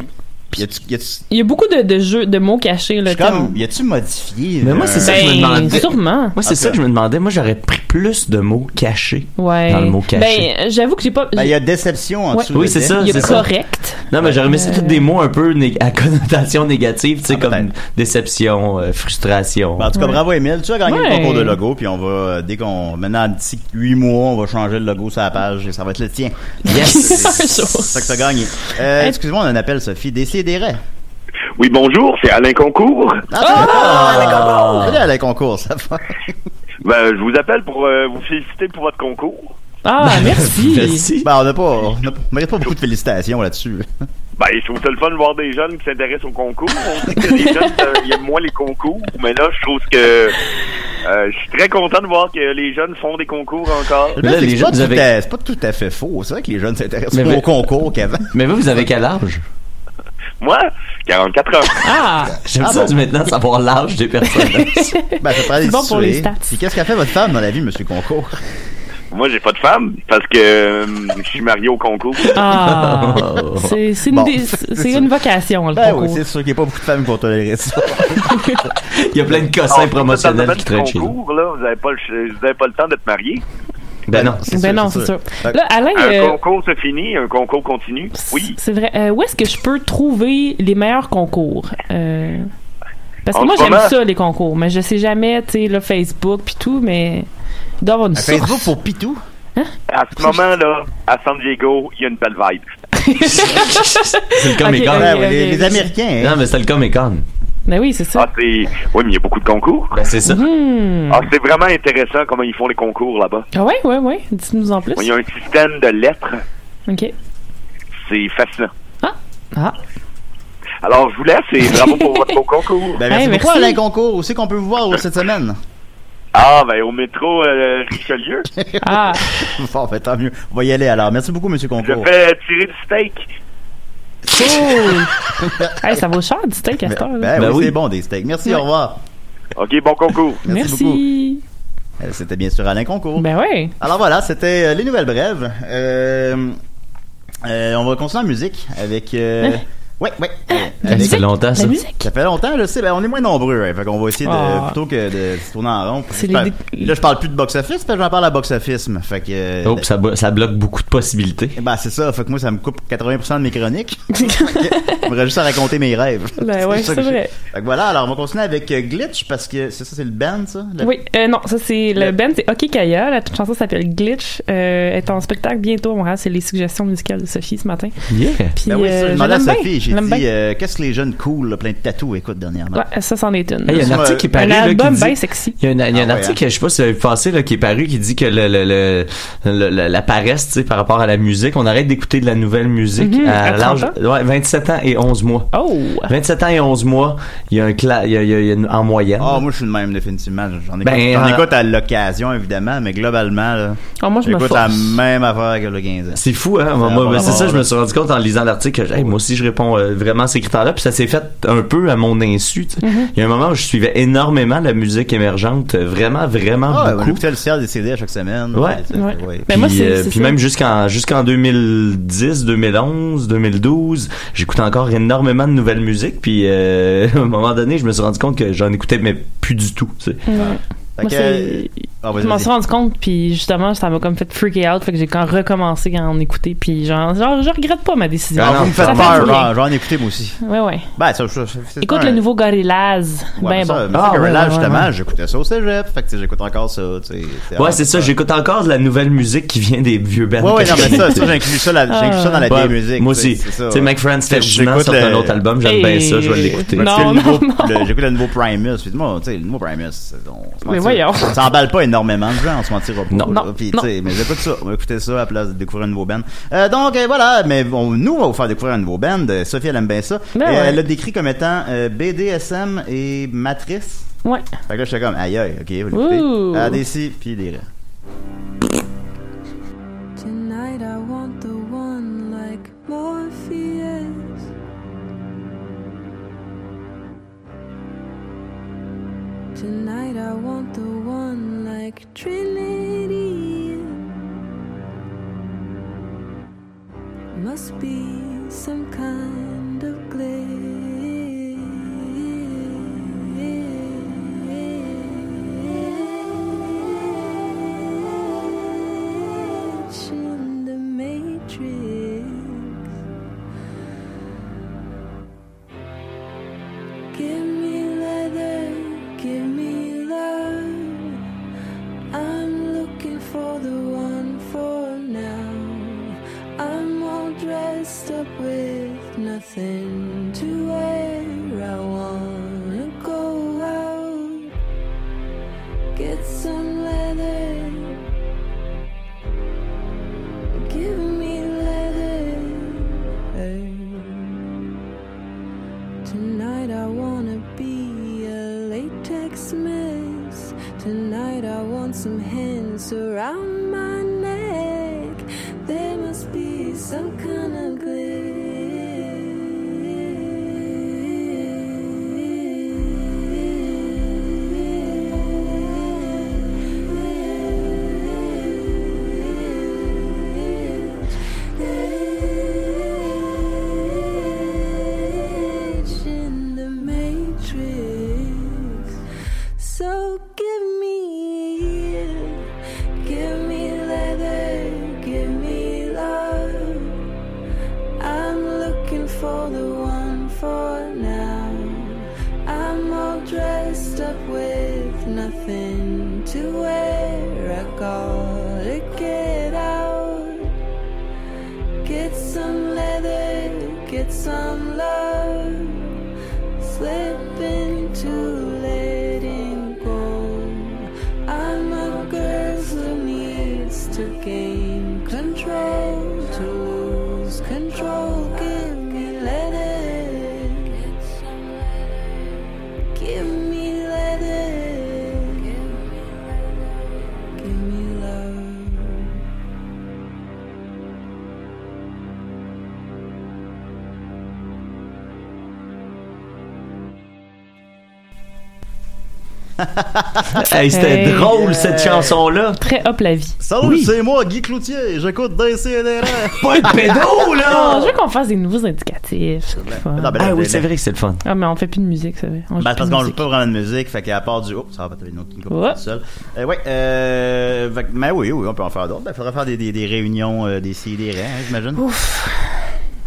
Y a-tu. y a-tu- Il y a beaucoup de, de jeux, de mots cachés, je là. suis comme, y a-tu modifié? Mais moi, euh, c'est ça. que je me Ben, demandais. sûrement. Moi, c'est En ça fait. que je me demandais. Moi, j'aurais pris plus de mots cachés. Ouais. Dans le mot caché. Ben, euh, j'avoue que j'ai pas. Ben, y a déception en Ouais. dessous. Oui, de c'est dé- ça. il y a c'est ça. correct. Euh. Non, mais j'aurais mis c'est tous des mots un peu né- à <laughs> connotation négative, tu sais, Ah, comme peut-être. déception, euh, frustration. Ben, en tout cas, Ouais. bravo, Emile. Tu as gagné Ouais. le concours de logo, puis on va, euh, dès qu'on. Maintenant, d'ici 8 mois, on va changer le logo sur la page et ça va être le tien. <laughs> Yes! C'est ça que t'as gagné. Euh, excuse-moi, on a un appel, Sophie. Décidérez. Oui, bonjour, c'est Alain Concours. Ah! Ah, Salut, Alain Concours, ça va? Ben, je vous appelle pour euh, vous féliciter pour votre concours. Ah, bah, merci. <laughs> Merci. <laughs> Ben, on n'a pas, on n'a- on mérite pas beaucoup de félicitations là-dessus. Ben, je trouve ça le fun de voir des jeunes qui s'intéressent aux concours. On dit que les jeunes euh, ils aiment moins les concours, mais là, je trouve que euh, je suis très content de voir que les jeunes font des concours encore. Mais Là, c'est les pas jeunes, vous tout avez- à- C'est pas tout à fait faux. C'est vrai que les jeunes s'intéressent Mais pas vous- au concours qu'avant. <laughs> Mais vous, vous avez quel âge? Moi, 44 ans. Ah, J'aime Ah ça bon? du maintenant savoir l'âge <laughs> des personnes. Ben, ça prend des C'est bon petits pour les sourires. stats. Puis qu'est-ce qu'a fait votre femme dans la vie, monsieur Concours? <laughs> Moi, j'ai pas de femme parce que euh, je suis marié au concours. ah. C'est c'est une, Bon. des- c'est une vocation, le Ben oui, concours. c'est sûr qu'il n'y a pas beaucoup de femmes qui vont tolérer ça. Il y a plein de Alors, cossins promotionnels qui dans le traînent chez nous. concours, là, vous avez pas le, ch- vous avez pas le temps d'être marié. Ben non. c'est ben non, c'est sûr. Là, Alain, Un euh, concours se finit, un concours continue. Oui. C'est vrai. Euh, où est-ce que je peux trouver les meilleurs concours? Euh, Parce que En moi, ce j'aime moment- ça, les concours, mais je sais jamais, tu sais, le Facebook puis tout, mais il doit y avoir une À source. Facebook pour Pitou? À ce moment-là, à San Diego, il y a une belle vibe. C'est le Comic Ok, Con. Ben ok, oui, les, ok. les Américains, hein. Non, mais c'est le Comic Con. Ben oui, c'est ça. Ah, c'est... Oui, mais il y a beaucoup de concours. Ben c'est hein. ça. Hmm. Ah, c'est vraiment intéressant comment ils font les concours là-bas. Ah ouais, ouais, ouais. Dites-nous en plus. Il y a un système de lettres. OK. C'est fascinant. Ah. Alors, je vous laisse et bravo pour votre beau <laughs> concours. Ben merci Hey, beaucoup, merci. Alain Concours. Où c'est qu'on peut vous voir cette semaine? <laughs> Ah, ben, au métro euh, Richelieu, Ah. Bon, ben tant mieux. On va y aller alors. Merci beaucoup, monsieur je <laughs> Concours. fais tirer du steak. Cool. <laughs> Hey, ça vaut cher, du steak à cette heure, Ben, là. ben Ben oui, oui. c'est bon, des steaks. Merci, Ouais. au revoir. OK, bon concours. Merci, Merci. beaucoup. Euh, C'était bien sûr Alain Concours. Ben ouais. Alors voilà, c'était euh, les nouvelles brèves. Euh, euh, on va continuer en musique avec... <laughs> Euh, ouais, ouais. euh, Ça avec- fait longtemps, ça. La musique. Ça fait longtemps, je sais. Ben, on est moins nombreux. Hein, fait qu'on va essayer de, Ah. plutôt que de se tourner en rond. C'est Je parle- les dé- Là, je parle plus de box-office, parce que j'en parle à box-office. mais Fait que. euh, Oh, puis ça, bo- ça bloque beaucoup de possibilités. ben, c'est ça. Fait que moi, ça me coupe 80% de <laughs> mes chroniques. J'aimerais juste à raconter mes rêves. Ben ouais, ça c'est que j'ai. vrai. Fait que voilà, alors on va continuer avec euh, Glitch parce que c'est ça, c'est le band, ça? Le- Oui, euh, non, ça c'est le Le- band, c'est OK Kaya. La chanson s'appelle Glitch. Euh, elle est en spectacle bientôt à Montréal. C'est les suggestions musicales de Sophie ce matin. Yeah. Puis, Ben oui, c'est ça, euh, je demandais à je l'aime bien. Sophie. J'ai qui J'aime dit bien. euh, Qu'est-ce que les jeunes cool, là, plein de tatous, écoute, dernièrement. euh, Ouais, ça, c'en est une. Hey, Il y a un Ouais. article qui Un paraît. un là, qui album dit- bien sexy. Il y a un, il y a un Ah ouais, article, je sais pas si vous avez passé, là, qui est paru, qui dit que le, le- le- le- le- la paresse, tu sais, par rapport à la musique, on arrête d'écouter de la nouvelle musique Mhm, à à 30 l'âge, ans? ouais, 27 ans et 11 mois. Oh! 27 ans et 11 mois, il y a un cla- il y a- il y a- il y a une- en moyenne. Ah, moi, je suis le même, définitivement. J'en écoute, Ben, j'en euh, écoute à l'occasion, évidemment, mais globalement, là, Ah, moi, je me j'écoute la force. même affaire que le 15 ans. C'est fou, hein? Moi, Ça moi, va ben, c'est avoir, ça, je là. me suis rendu compte en lisant l'article que hey, moi aussi, je réponds euh, vraiment à ces critères-là. Puis ça s'est fait un peu à mon insu. tu sais. Mm-hmm. Il y a un moment où je suivais énormément la musique émergente, euh, vraiment, vraiment Ah, on beaucoup. écoutait le ciel des CD à chaque semaine. ben, Ouais. Ça, Ouais. ouais. Ben, moi, puis c'est- euh, c'est puis ça. même jusqu'en jusqu'en 2010, 2011, 2012, j'écoutais encore énormément de nouvelles musiques. Puis euh, <laughs> à un moment donné, je me suis rendu compte que j'en écoutais mais plus du tout. tu sais. Ah. Fait Ben, Moi, que, c'est- ah, vas-y, je m'en vas-y. suis rendu compte, puis justement, ça m'a comme fait freaker out, fait que j'ai quand recommencé à en écouter, puis genre, genre, je regrette pas ma décision. Ah, Ah, vous me non, faites ça fait peur, du bien. j'en- j'en ai écouté moi aussi. Ouais, ouais. Ben, ça, ça- ça- c'est Écoute un- le nouveau Gorillaz. Ouais, mais ben ça, bon. mais ça, Ah, Gorillaz, ouais, ouais, justement, ouais. j'écoutais ça au cégep. Fait que, tu sais, j'écoute encore ça, tu sais. Ouais, c'est ça. J'écoute encore de la nouvelle musique qui vient des vieux bands. Ouais, ouais, que non, mais <laughs> ça, j'écoutais. ça j'inclus ça, la- j'inclus ça dans Ouais, la Ah. vieille musique. Moi tu sais, aussi. Tu c'est ça, sais, ouais. Mike Franz Ferdinand J'écoute sort le- un autre album, j'aime bien Hey. ça, je vais l'écouter. Non, Parce que le nouveau- non, non. le- J'écoute le nouveau Primus. Puis, moi, tu sais, le nouveau Primus, c'est- on se mentira- voyons. Ça emballe pas énormément de gens, on se mentira pas. Non. là. Non, Puis, non. tu sais, mais j'écoute ça. On va écouter ça à la place de découvrir un nouveau band. Euh, donc, euh, voilà. Mais on- nous, on va vous faire découvrir un nouveau band. Euh, Sophie, elle aime bien ça. Ben Et ouais. Elle l'a décrit comme étant euh, BDSM et Matrice. Ouais. Fait que là, j'étais comme, aïe aïe, ok, vous l'écoutez. Ouh. Ah, des si, puis des raies. Tonight I want the one like Morpheus. Tonight I want the one like Trinity. Must be some kind of glitch in the matrix. Give me leather, give me love. I'm looking for the one for now. I'm all dressed up with nothing to wear. I wanna go out, get some leather. Give me leather. Tonight I wanna be a latex mess. Tonight I want some hands around my neck. There must be some kind of glitch in the matrix. So give me, give me leather, give me love. I'm looking for the one for now. I'm all dressed up with nothing to wear. I gotta get out. Get some leather, get some love. Slip into letting go. I'm a girl who needs to gain control, to lose control. Give me leather. Give me leather. Give me love. Hey, c'était Hey. drôle cette chanson-là. Très hop la vie. Salut, c'est moi, Guy Cloutier. J'écoute des si et des raies. Pas de pédo Oh, là. je veux qu'on fasse des nouveaux indicatifs. c'est le fun. Non, ben là, Ah oui, là, c'est vrai que c'est le fun. Ah, mais on fait plus de musique, c'est vrai. On joue Ben, c'est plus parce de qu'on joue musique. pas vraiment de musique, fait qu'à part du. Oh, ça va peut-être une autre une coupe Ouais. toute seule. Euh, ouais, euh, fait que- mais oui, oui, on peut en faire d'autres. Ben, faudra faire des, des, des réunions, euh, des si et des raies, hein, j'imagine. Ouf.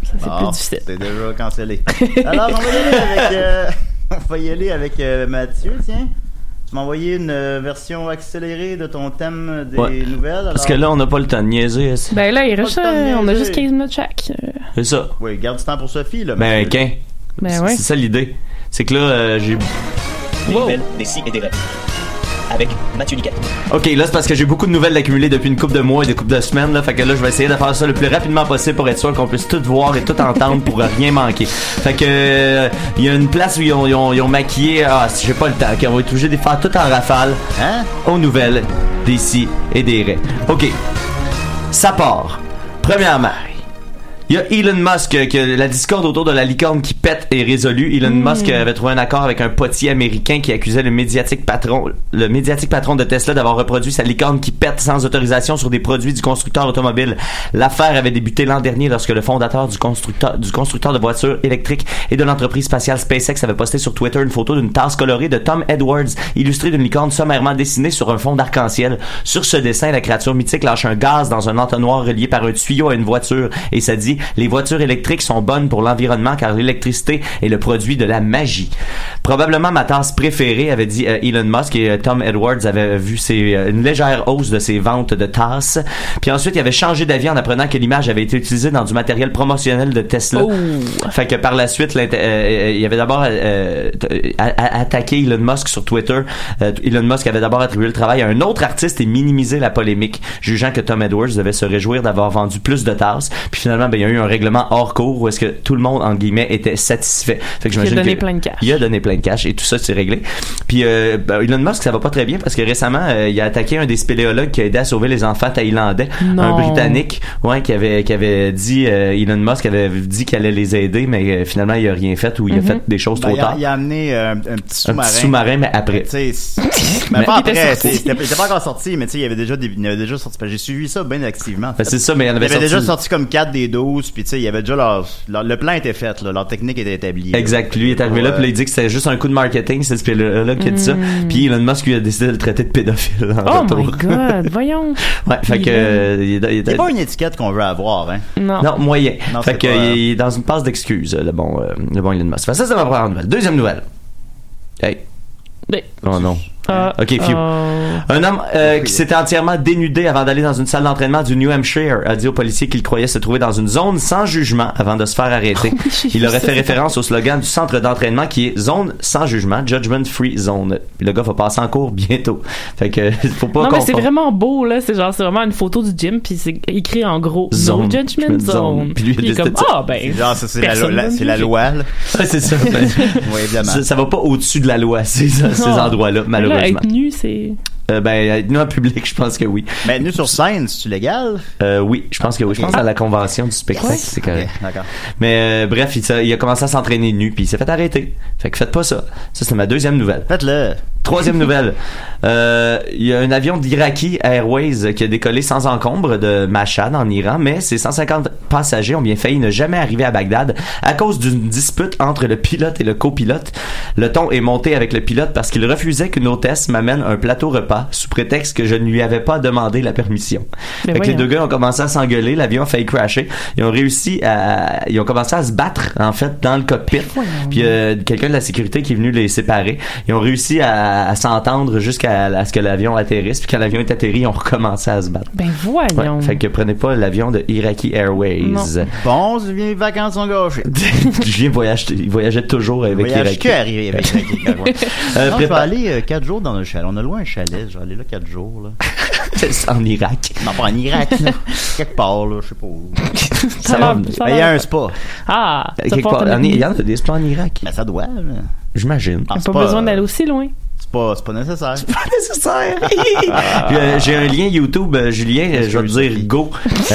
Ça, c'est Bon, plus difficile. C'est déjà <laughs> cancellé. Alors, on va y aller avec, euh, <laughs> on va y aller avec euh, Mathieu, tiens. Tu m'as envoyé une euh, version accélérée de ton thème des Ouais. nouvelles. Parce alors- que là, on n'a pas le temps de niaiser. est-ce? Ben là, il Pas reste, le temps de euh, on a niaiser. juste 15 minutes chaque. Euh, C'est ça. Oui, garde du temps pour Sophie, là. Ben, monsieur. qu'un. Ben C'est- ouais. C'est ça l'idée. C'est que là, euh, j'ai. Des nouvelles, des si et des rêves. Avec Mathieu Niquette. Ok, là, c'est parce que j'ai beaucoup de nouvelles accumulées depuis une couple de mois et des couples de semaines, là. Fait que là, je vais essayer de faire ça le plus rapidement possible pour être sûr qu'on puisse tout voir et tout entendre pour euh, rien manquer. Fait que, euh, il y a une place où ils ont, ils ont- ils ont maquillé. Ah, si j'ai pas le temps, ok, on va être obligé de les faire tout en rafale. Hein? Aux nouvelles, des si et des raies. Ok. Ça part. Premièrement. Il y a Elon Musk, euh, que la discorde autour de la licorne qui pète est résolue. Elon Musk euh, avait trouvé un accord avec un potier américain qui accusait le médiatique patron, le médiatique patron de Tesla d'avoir reproduit sa licorne qui pète sans autorisation sur des produits du constructeur automobile. L'affaire avait débuté l'an dernier lorsque le fondateur du constructeur, du constructeur de voitures électriques et de l'entreprise spatiale SpaceX avait posté sur Twitter une photo d'une tasse colorée de Tom Edwards, illustrée d'une licorne sommairement dessinée sur un fond d'arc-en-ciel. Sur ce dessin, la créature mythique lâche un gaz dans un entonnoir relié par un tuyau à une voiture et ça dit les voitures électriques sont bonnes pour l'environnement car l'électricité est le produit de la magie. Probablement ma tasse préférée avait dit euh, Elon Musk et euh, Tom Edwards avait vu ses, euh, une légère hausse de ses ventes de tasses. Puis ensuite, il avait changé d'avis en apprenant que l'image avait été utilisée dans du matériel promotionnel de Tesla. Fait que par la suite, l'inter- euh, euh, il avait d'abord euh, t- a- a- attaqué Elon Musk sur Twitter. Euh, Elon Musk avait d'abord attribué le travail à un autre artiste et minimisé la polémique, jugeant que Tom Edwards devait se réjouir d'avoir vendu plus de tasses. Puis finalement, ben, il y a eu un règlement hors cours où est-ce que tout le monde, en guillemets, était satisfait. Fait que Qui a j'imagine donné que- plein de cash. il a donné plein de cash et tout ça, c'est réglé. Puis euh, ben, Elon Musk, ça va pas très bien parce que récemment, euh, il a attaqué un des spéléologues qui a aidé à sauver les enfants thaïlandais, Non. un Britannique, ouais, qui avait qui avait dit euh, Elon Musk avait dit qu'il allait les aider, mais euh, finalement il a rien fait ou il a Mhm. fait des choses Ben, trop il, a, tard. il a amené euh, un petit Un sous-marin. petit sous-marin, mais après. Tu sais, c'est- mais Mais- pas Il était après, sorti. c'est- c'était c'était pas encore sorti, mais tu sais, il y avait déjà, des, il y avait déjà sorti. parce que J'ai suivi ça bien activement. en Ben, fait. c'est ça, mais il y en Il y avait, avait déjà sorti- sorti comme 4 des 12, puis tu sais, il y avait déjà leur, leur- Le plan était fait, là, leur technique était établie. là. Exact. Lui est arrivé là, puis là, il dit que c'était juste un coup de marketing, c'est le spéléologue qui a dit ça. Mm. Puis Elon Musk lui a décidé de le traiter de pédophile en Oh my retour. god, voyons. <laughs> hein. ouais, fait que euh, il est- il est- C'est pas une étiquette qu'on veut avoir, hein. Ah. Non. euh, Non, moyen. Non, fait c'est que pas- il est- il est dans une passe d'excuses, le bon, euh, le bon Elon Musk. Fait que ça, c'est ma première nouvelle. Deuxième nouvelle. Hey. Hey. Oh non. Ah, Ok, phew. ah. Un homme euh, qui s'était entièrement dénudé avant d'aller dans une salle d'entraînement du New Hampshire a dit aux policiers qu'il croyait se trouver dans une zone sans jugement avant de se faire arrêter. Oui, j'ai Il vu aurait ça. fait référence au slogan du centre d'entraînement qui est zone sans jugement, judgment free zone. Puis le gars va passer en cours bientôt. Fait que <laughs> faut pas non, mais c'est confondre. vraiment beau, là. C'est genre, c'est vraiment une photo du gym, puis c'est écrit en gros Zone. No Judgment Judgment Zone. Zone. Puis lui, il Puis il est décide comme, ça. ah, ben. C'est genre, ça, c'est la, personne loi- la- va me c'est la juger. loi, là. <laughs> Ouais, <laughs> c'est ça. Ben, Oui, évidemment. ça, ça va pas au-dessus de la loi <laughs> ces, ces Non. endroits-là Mais Là, malheureusement. être nu, c'est. Euh, ben être nu en public, je pense que oui. Mais nous sur scène, c'est-tu légal? Euh, oui, je pense que oui. Je Ok. Ah. pense à la convention du spectacle, Yes. c'est correct. Ok, D'accord. Mais euh, bref, il, s'est- il a commencé à s'entraîner nu, puis il s'est fait arrêter. Fait que faites pas ça. Ça, c'est ma deuxième nouvelle. Faites-le. Troisième nouvelle. Euh, Il y a un avion d'Iraqi Airways qui a décollé sans encombre de Mashhad en Iran, mais ses 150 passagers ont bien failli ne jamais arriver à Bagdad à cause d'une dispute entre le pilote et le copilote. Le ton est monté avec le pilote parce qu'il refusait qu'une hôtesse m'amène un plateau repas sous prétexte que je ne lui avais pas demandé la permission. Mais Fait que les voyons. deux gars ont commencé à s'engueuler, l'avion a failli crasher. Ils ont réussi à, ils ont commencé à se battre en fait dans le cockpit. Puis euh, quelqu'un de la sécurité qui est venu les séparer. Ils ont réussi à, à s'entendre jusqu'à à ce que l'avion atterrisse. Puis quand l'avion est atterri, ils ont recommencé à se battre. Ben, Ouais. voyons. Fait que prenez pas l'avion de Iraqi Airways. Non. Bon, je viens les vacances sont gâchées. <laughs> Julien voyage, il voyageait toujours avec Voyage que Iraqi. arrivé avec Iraqi. Euh, non, je vais prépare- aller 4 jours dans un chalet. On a loin un chalet. Je vais aller là 4 jours. Là. <laughs> en Irak. Non, pas en Irak. <laughs> là. Quelque part, là, je sais pas où. Ça va- va- ça va- Mais il y a un spa. Ah, ça Quelque porte part- un en- ami. il y en a des plans en Irak, Mais ça doit. Là. j'imagine. Ah, Pas, c'est besoin d'aller aussi loin. C'est pas, c'est pas nécessaire. nécessaire. <laughs> Puis, euh, J'ai un lien YouTube, euh, Julien, euh, je vais te dire go.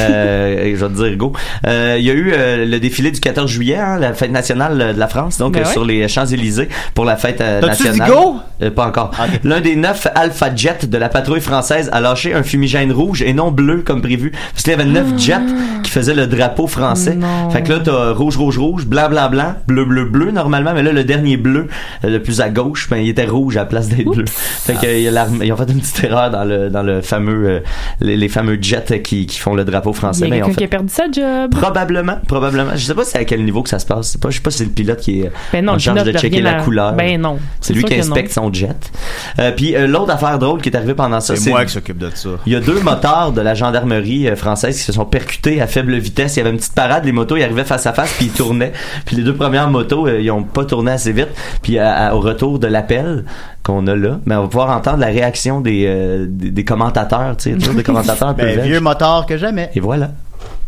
Euh, je vais te dire go. Euh, Il y a eu euh, le défilé du 14 juillet, hein, la fête nationale euh, de la France, donc Ben euh, ouais. sur les Champs-Élysées pour la fête euh, T'as-tu dit nationale. go? Euh, pas encore. L'un des neuf Alpha Jets de la patrouille française a lâché un fumigène rouge et non bleu comme prévu. Parce qu'il y avait neuf Ah. jets qui faisaient le drapeau français. Non. Fait que là, t'as rouge, rouge, rouge, blanc, blanc, blanc, bleu, bleu, bleu normalement, mais là, le dernier bleu, euh, le plus à gauche, ben, il était rouge à place des deux. Fait que, euh, il y a l'arme- ils ont fait une petite erreur dans le, dans le fameux, euh, les, les fameux jets qui, qui font le drapeau Il y français. a mais ils ont quelqu'un fait- qui a perdu sa job. Probablement, probablement. Je sais pas c'est à quel niveau que ça se passe. C'est Pas, je sais pas si c'est le pilote qui est Ben non, en le charge pilote de de checker rien la à- couleur. Ben non, C'est c'est lui sûr qui que non. inspecte son jet. Euh, puis euh, l'autre affaire drôle qui est arrivée pendant ça, C'est moi qui s'occupe de ça. il y a deux motards de la gendarmerie euh, française qui se sont percutés à faible vitesse. Il y avait une petite parade, les motos ils arrivaient face à face puis ils tournaient. Puis les deux premières motos euh, ils ont pas tourné assez vite. Puis à- à- au retour de l'appel qu'on a là, ben, on va pouvoir entendre la réaction des euh, des, des commentateurs, tu sais, <laughs> toujours des commentateurs un peu Ben, vêches. vieux motard que jamais. Et voilà.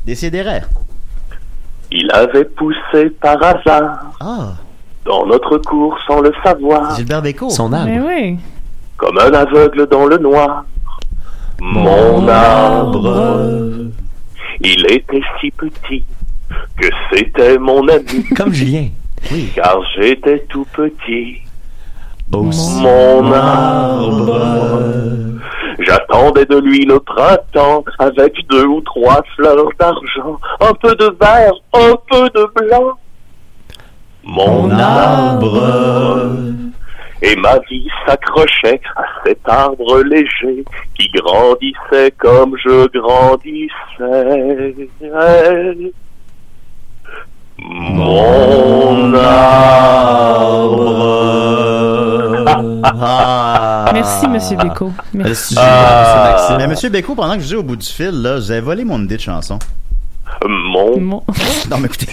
Décidérez. Il avait poussé par hasard Ah, dans notre cours sans le savoir, Gilbert Bécaud. Son arbre. Oh, ben oui. comme un aveugle dans le noir. Mon arbre, il était si petit que c'était mon <laughs> ami. Comme Julien. Car j'étais tout petit. Aussi. Mon arbre. J'attendais de lui le printemps avec deux ou trois fleurs d'argent, un peu de vert, un peu de blanc. Mon arbre. Et ma vie s'accrochait à cet arbre léger qui grandissait comme je grandissais. Mon arbre. Merci, Monsieur Bécaud. Merci. Ah. Mais Ah. Ben, monsieur Bécaud, pendant que je suis au bout du fil, là, vous avez volé mon idée de chanson. <laughs> Mon Non, mais écoutez.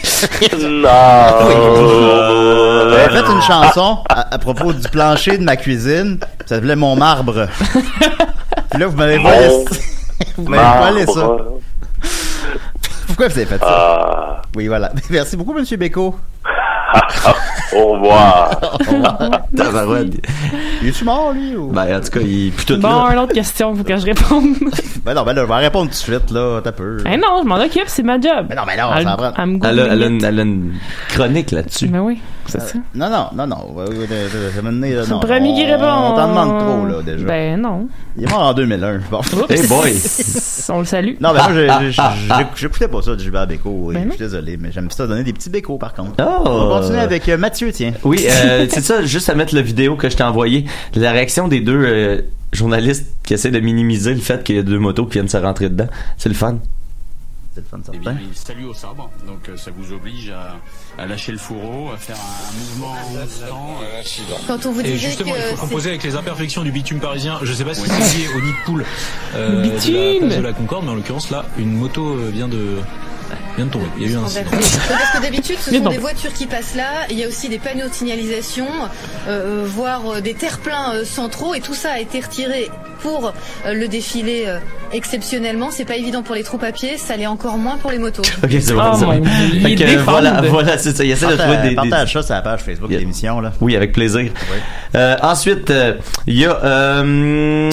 arbre. J'avais fait une chanson à, à propos du plancher de ma cuisine. Ça s'appelait <laughs> Mon marbre. Puis là, vous m'avez Mon volé ça. <laughs> Vous m'avez volé ça. Marbre. Pourquoi vous avez fait ça? Ah. Oui, voilà. <laughs> Merci beaucoup, monsieur Bécaud. Au revoir. Ah, Tabarouette. Il est-tu mort, lui? Ou... Ben, en tout cas, il est plutôt Bon, une autre question, faut que je réponde. Ben non, ben là, je vais répondre tout de suite, là. T'as peu. Eh non, je m'en occupe, c'est ma job. Mais non, mais non, Elle- ça va prendre. elle me Elle a, elle a gourmine. une, elle a une chronique là-dessus. Mais Ben oui, c'est ça. Non, non, non, non. Ouais, ben, ouais, ouais, ouais, ça m'a donné, là, C'est le non, premier qui on- répond. On t'en demande trop, là, déjà. Ben non. Il est mort en 2001. Bon. Oups. Hey <laughs> boy! On le salue. <laughs> Non, ben moi, je- Ah, je- ah, je- ah, je- j'écoutais pas ça de Gilbert Bécaud. et Ben non. je suis désolé, mais j'aime ça donner des petits bécots, par contre. Oh. On va continuer avec euh, Mathieu, tiens. Oui, euh, c'est ça, juste à mettre la vidéo que je t'ai envoyée, la réaction des deux euh, journalistes qui essaient de minimiser le fait qu'il y a deux motos qui viennent se rentrer dedans. C'est le fun. C'est le fun, Eh certain. bien, il salue au charbon. Donc, euh, ça vous oblige à, à lâcher le fourreau, à faire un mouvement constant. Quand on vous Et disait justement, que il faut c'est- composer avec les imperfections du bitume parisien. Je ne sais pas si c'est lié au nid de poule euh, Le de, la, bitume place de la Concorde, mais en l'occurrence, là, une moto euh, vient de, vient de tomber. Il y a eu un incident. Parce que d'habitude, ce Mais sont non. des voitures qui passent là. Il y a aussi des panneaux de signalisation, euh, voire euh, des terre-pleins euh, centraux. Et tout ça a été retiré pour euh, le défilé euh, exceptionnellement. C'est pas évident pour les troupes à pied. Ça l'est encore moins pour les motos. Ok, c'est bon, Oh c'est bon. mon Dieu, Fait il que, euh, défend. voilà, voilà, c'est ça. Il essaie de Partage- trouver des- des, Partage ça sur la page Facebook de l'émission, là. Oui, avec plaisir. Euh, ensuite, euh, il y a... euh,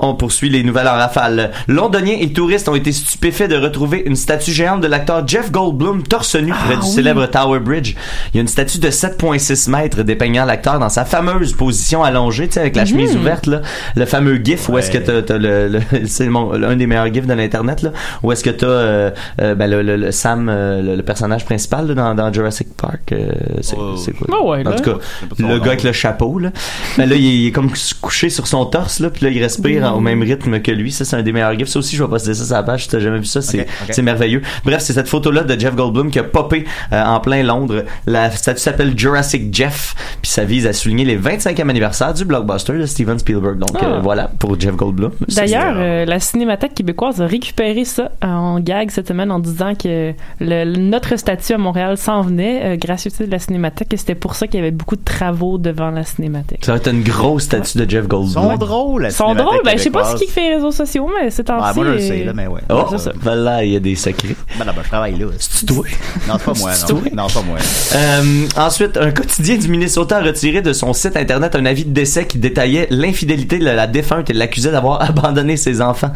on poursuit les nouvelles en rafale. Londoniens et touristes ont été stupéfaits de retrouver une statue géante de l'acteur Jeff Goldblum torse nu Ah près du célèbre Tower Bridge. Il y a une statue de 7,6 mètres dépeignant l'acteur dans sa fameuse position allongée, tu sais, avec la Mhm. chemise ouverte, là. Le fameux gif où est-ce que t'as, t'as le, <laughs> le- c'est mon- un des meilleurs gifs de l'internet, là. Où est-ce que t'as euh, euh, ben, le, le- le Sam, euh, le, le personnage principal là, dans, dans Jurassic Park. euh, c'est, c'est quoi Ah ouais, En là. tout cas, le gars avec le chapeau, là. Ben là, il est, il est comme couché sur son torse, là, puis là, il respire au même rythme que lui. Ça, c'est un des meilleurs gifs. Ça aussi, je vais poster ça sur la page. Si t'as jamais vu ça, c'est Ok, ok. c'est merveilleux. Bref, c'est cette photo-là de Jeff Goldblum qui a popé euh, en plein Londres. La statue s'appelle Jurassic Jeff, puis ça vise à souligner les 25e anniversaire du blockbuster de Steven Spielberg. Donc, Ah. euh, voilà, pour Jeff Goldblum. Ça, c'est- D'ailleurs, euh, la Cinémathèque québécoise a récupéré ça euh, en gag cette semaine en disant que le- notre statut à Montréal s'en venait, euh, gracieuseté de la Cinémathèque, et c'était pour ça qu'il y avait beaucoup de travaux devant la Cinémathèque. ça va être une grosse statue de Jeff Ils sont Goldblum. drôles, la Ils sont drôles, cinémathèque ben je sais pas québécoise. ce qui fait les réseaux sociaux, mais c'est en Ouais, moi, je le sais, là, mais ouais. Oh, C'est ça. voilà, il y a des secrets. Ben là, ben, je travaille là. C'est toi. Non, c'est pas moi, C'est non. toi. Non, c'est pas moi. Euh, ensuite, un quotidien du Minnesota a retiré de son site internet un avis de décès qui détaillait l'infidélité de la défunte et l'accusait d'avoir <laughs> abandonné ses enfants.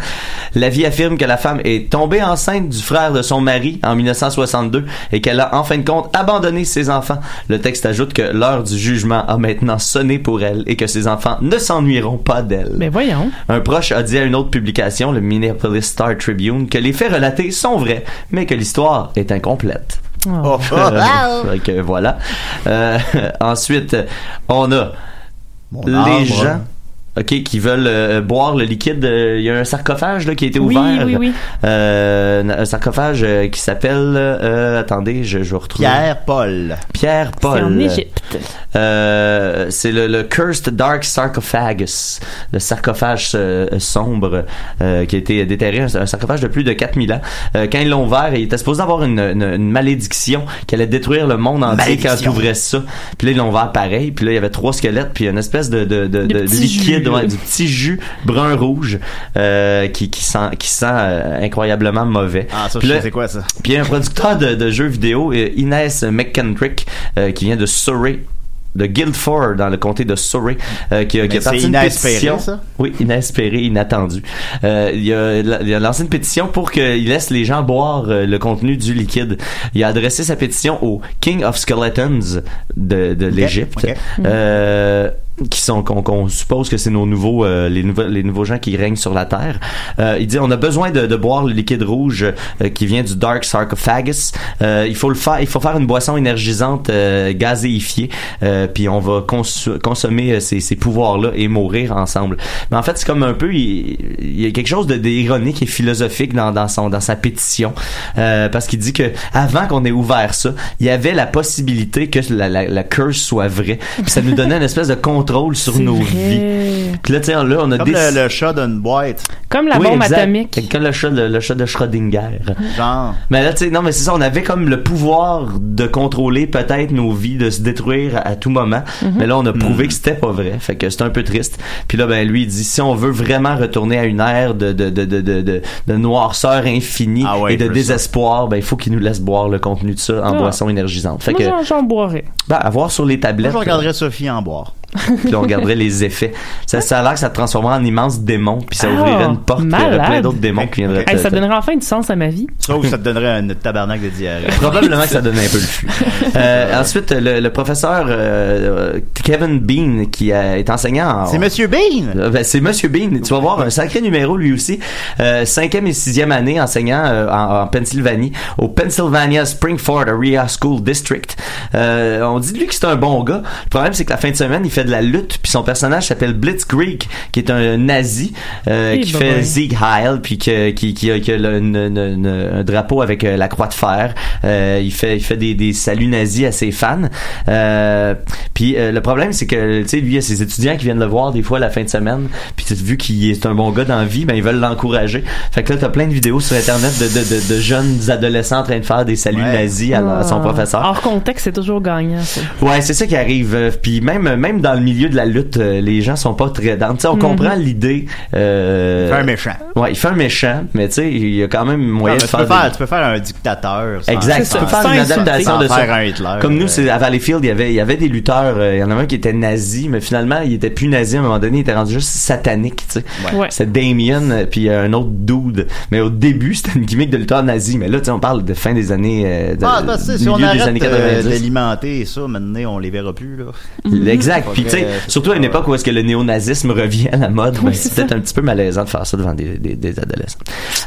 L'avis affirme que la femme est tombée enceinte du frère de son mari en 1962 et qu'elle a en fin de compte abandonné ses enfants. Le texte ajoute que l'heure du jugement a maintenant sonné pour elle et que ses enfants ne s'ennuieront pas d'elle. Mais voyons. Un proche a dit à une autre publication, le Minneapolis Star Tribune, que les faits relatés sont vrais, mais que l'histoire est incomplète. Oh. <laughs> Euh, fait que voilà. Euh, ensuite, on a les arbre. gens OK, qui veulent euh, boire le liquide. euh, Il y a un sarcophage là, qui a été Oui, ouvert. oui, oui. Euh, un sarcophage euh, qui s'appelle... euh, attendez, je, je vais retrouver... Pierre-Paul. Pierre-Paul. C'est en Égypte. Euh, c'est le, le Cursed Dark Sarcophagus, le sarcophage euh, sombre euh, qui a été déterré, un, un sarcophage de plus de 4000 ans. Euh, quand ils l'ont ouvert, il était supposé avoir une, une- une malédiction qui allait détruire le monde entier quand ils Malédiction. ouvraient ça. Puis là, ils l'ont ouvert pareil. Puis là, il y avait trois squelettes, puis une espèce de, de, de, de petit liquide, jus. ouais, du petit jus brun-rouge euh, qui, qui sent, qui sent euh, incroyablement mauvais. Ah, ça, Puis je là- sais c'est quoi ça? puis il y a un producteur de, de jeux vidéo, euh, Inès McKendrick, euh, qui vient de Surrey de Guildford dans le comté de Surrey euh, qui, a- qui a Mais parti c'est une inespéré, pétition ça? oui inespéré inattendu Euh, il, a, la- il a lancé une pétition pour qu'il laisse les gens boire euh, le contenu du liquide il a adressé sa pétition au King of Skeletons de, de l'Égypte ok. euh, qui sont qu'on qu'on suppose que c'est nos nouveaux euh, les nouveaux les nouveaux gens qui règnent sur la terre. Euh, il dit on a besoin de, de boire le liquide rouge euh, qui vient du dark sarcophagus. Euh, il faut le faire il faut faire une boisson énergisante euh, gazéifiée euh, puis on va consu- consommer euh, ces, ces pouvoirs là et mourir ensemble. Mais en fait c'est comme un peu il, il y a quelque chose de d'ironique et philosophique dans, dans son dans sa pétition Euh, parce qu'il dit que avant qu'on ait ouvert ça il y avait la possibilité que la, la, la curse soit vraie. Puis ça nous donnait une espèce de contrôle sur nos vies. Puis là, tu sais, là, on a Comme des... le, le chat d'une boîte. Comme Oui, exact. Comme le chat, le, le chat de Schrödinger. Genre. Mais là, tu sais, non, mais c'est ça, on avait comme le pouvoir de contrôler peut-être nos vies, de se détruire à, à tout moment. Mhm. Mais là, on a prouvé que c'était pas vrai. Fait que c'est un peu triste. Puis là, ben, lui, il dit, si on veut vraiment retourner à une ère de, de, de, de, de, de- de noirceur infinie Ah et de je veux désespoir, ben, il faut qu'il nous laisse boire le contenu de ça en Ah. boisson énergisante. Fait Moi, que, j'en- j'en boirais. ben, à voir sur les Moi, tablettes. je regarderais Sophie en boire. puis là, on regarderait les effets. Ça, ça a l'air que ça te transformerait en immense démon, puis ça Ah, ouvrirait une porte, puis il y aurait malade. plein d'autres démons qui viendraient. Hey, te- ça te- donnerait enfin du sens à ma vie. Ça, ou ça te donnerait un tabarnak de <laughs> diarrhée. Probablement que ça donnait un peu le flux. Euh, ensuite, le, le professeur euh, euh, Kevin Bean, qui euh, est enseignant en... C'est Monsieur Bean! Euh, ben, c'est Monsieur Bean. Tu vas voir un sacré numéro lui aussi. Euh, cinquième et sixième année enseignant euh, en, en Pennsylvanie au Pennsylvania Springford Area School District. Euh, on dit de lui que c'est un bon gars. Le problème c'est que la fin de semaine il fait de la lutte puis son personnage s'appelle Blitzkrieg qui est un nazi euh, Eh, qui ben fait ben. Sieg Heil puis que- qui qui a, qui a le- une- une- une- un drapeau avec euh, la croix de fer. Euh, il fait il fait des, des saluts nazis à ses fans. Euh, puis euh, le problème c'est que tu sais lui il y a ses étudiants qui viennent le voir des fois la fin de semaine. Puis tu sais, vu qu'il est un bon gars dans la vie, ben ils veulent l'encourager. Fait que là t'as plein de vidéos sur internet de, de, de, de jeunes adolescents en train de faire des saluts nazis à, leur- à son Ah. professeur. Hors contexte, c'est toujours gagnant. ça. Ouais, c'est ça qui arrive. Euh, Puis même même dans le milieu de la lutte, euh, les gens sont pas très dans. Tu sais, on Mhm. comprend l'idée. Euh... Faire un méchant. Ouais, il fait un méchant, mais tu sais, il y a quand même moyen Non, mais de tu, faire. peux des- faire, tu peux faire un dictateur. sans- Exact. sans- Tu peux faire une sans adaptation de faire ça. un Hitler. Comme nous, c'est à Valleyfield, il y avait, il y avait des lutteurs. euh, Il y en avait un qui était nazi, mais finalement, il était plus nazi. À un moment donné, il était rendu juste satanique. Tu sais, Ouais. Ouais. c'est Damien, euh, puis euh, un autre dude. Mais au début, c'était une gimmick de lutteur nazi. Mais là, tu sais, on parle de fin des années, euh, de, Ah, bah, tu sais, si milieu on des arrête années euh, 90. d'alimenter ça, maintenant, on les verra plus, là. Mm-hmm. Exact. Puis tu sais, Faudrait- surtout à une époque où est-ce que le néonazisme revient à la <laughs> mode, ben, c'est peut-être un petit peu malaisant de faire ça devant des, des, des adolescents.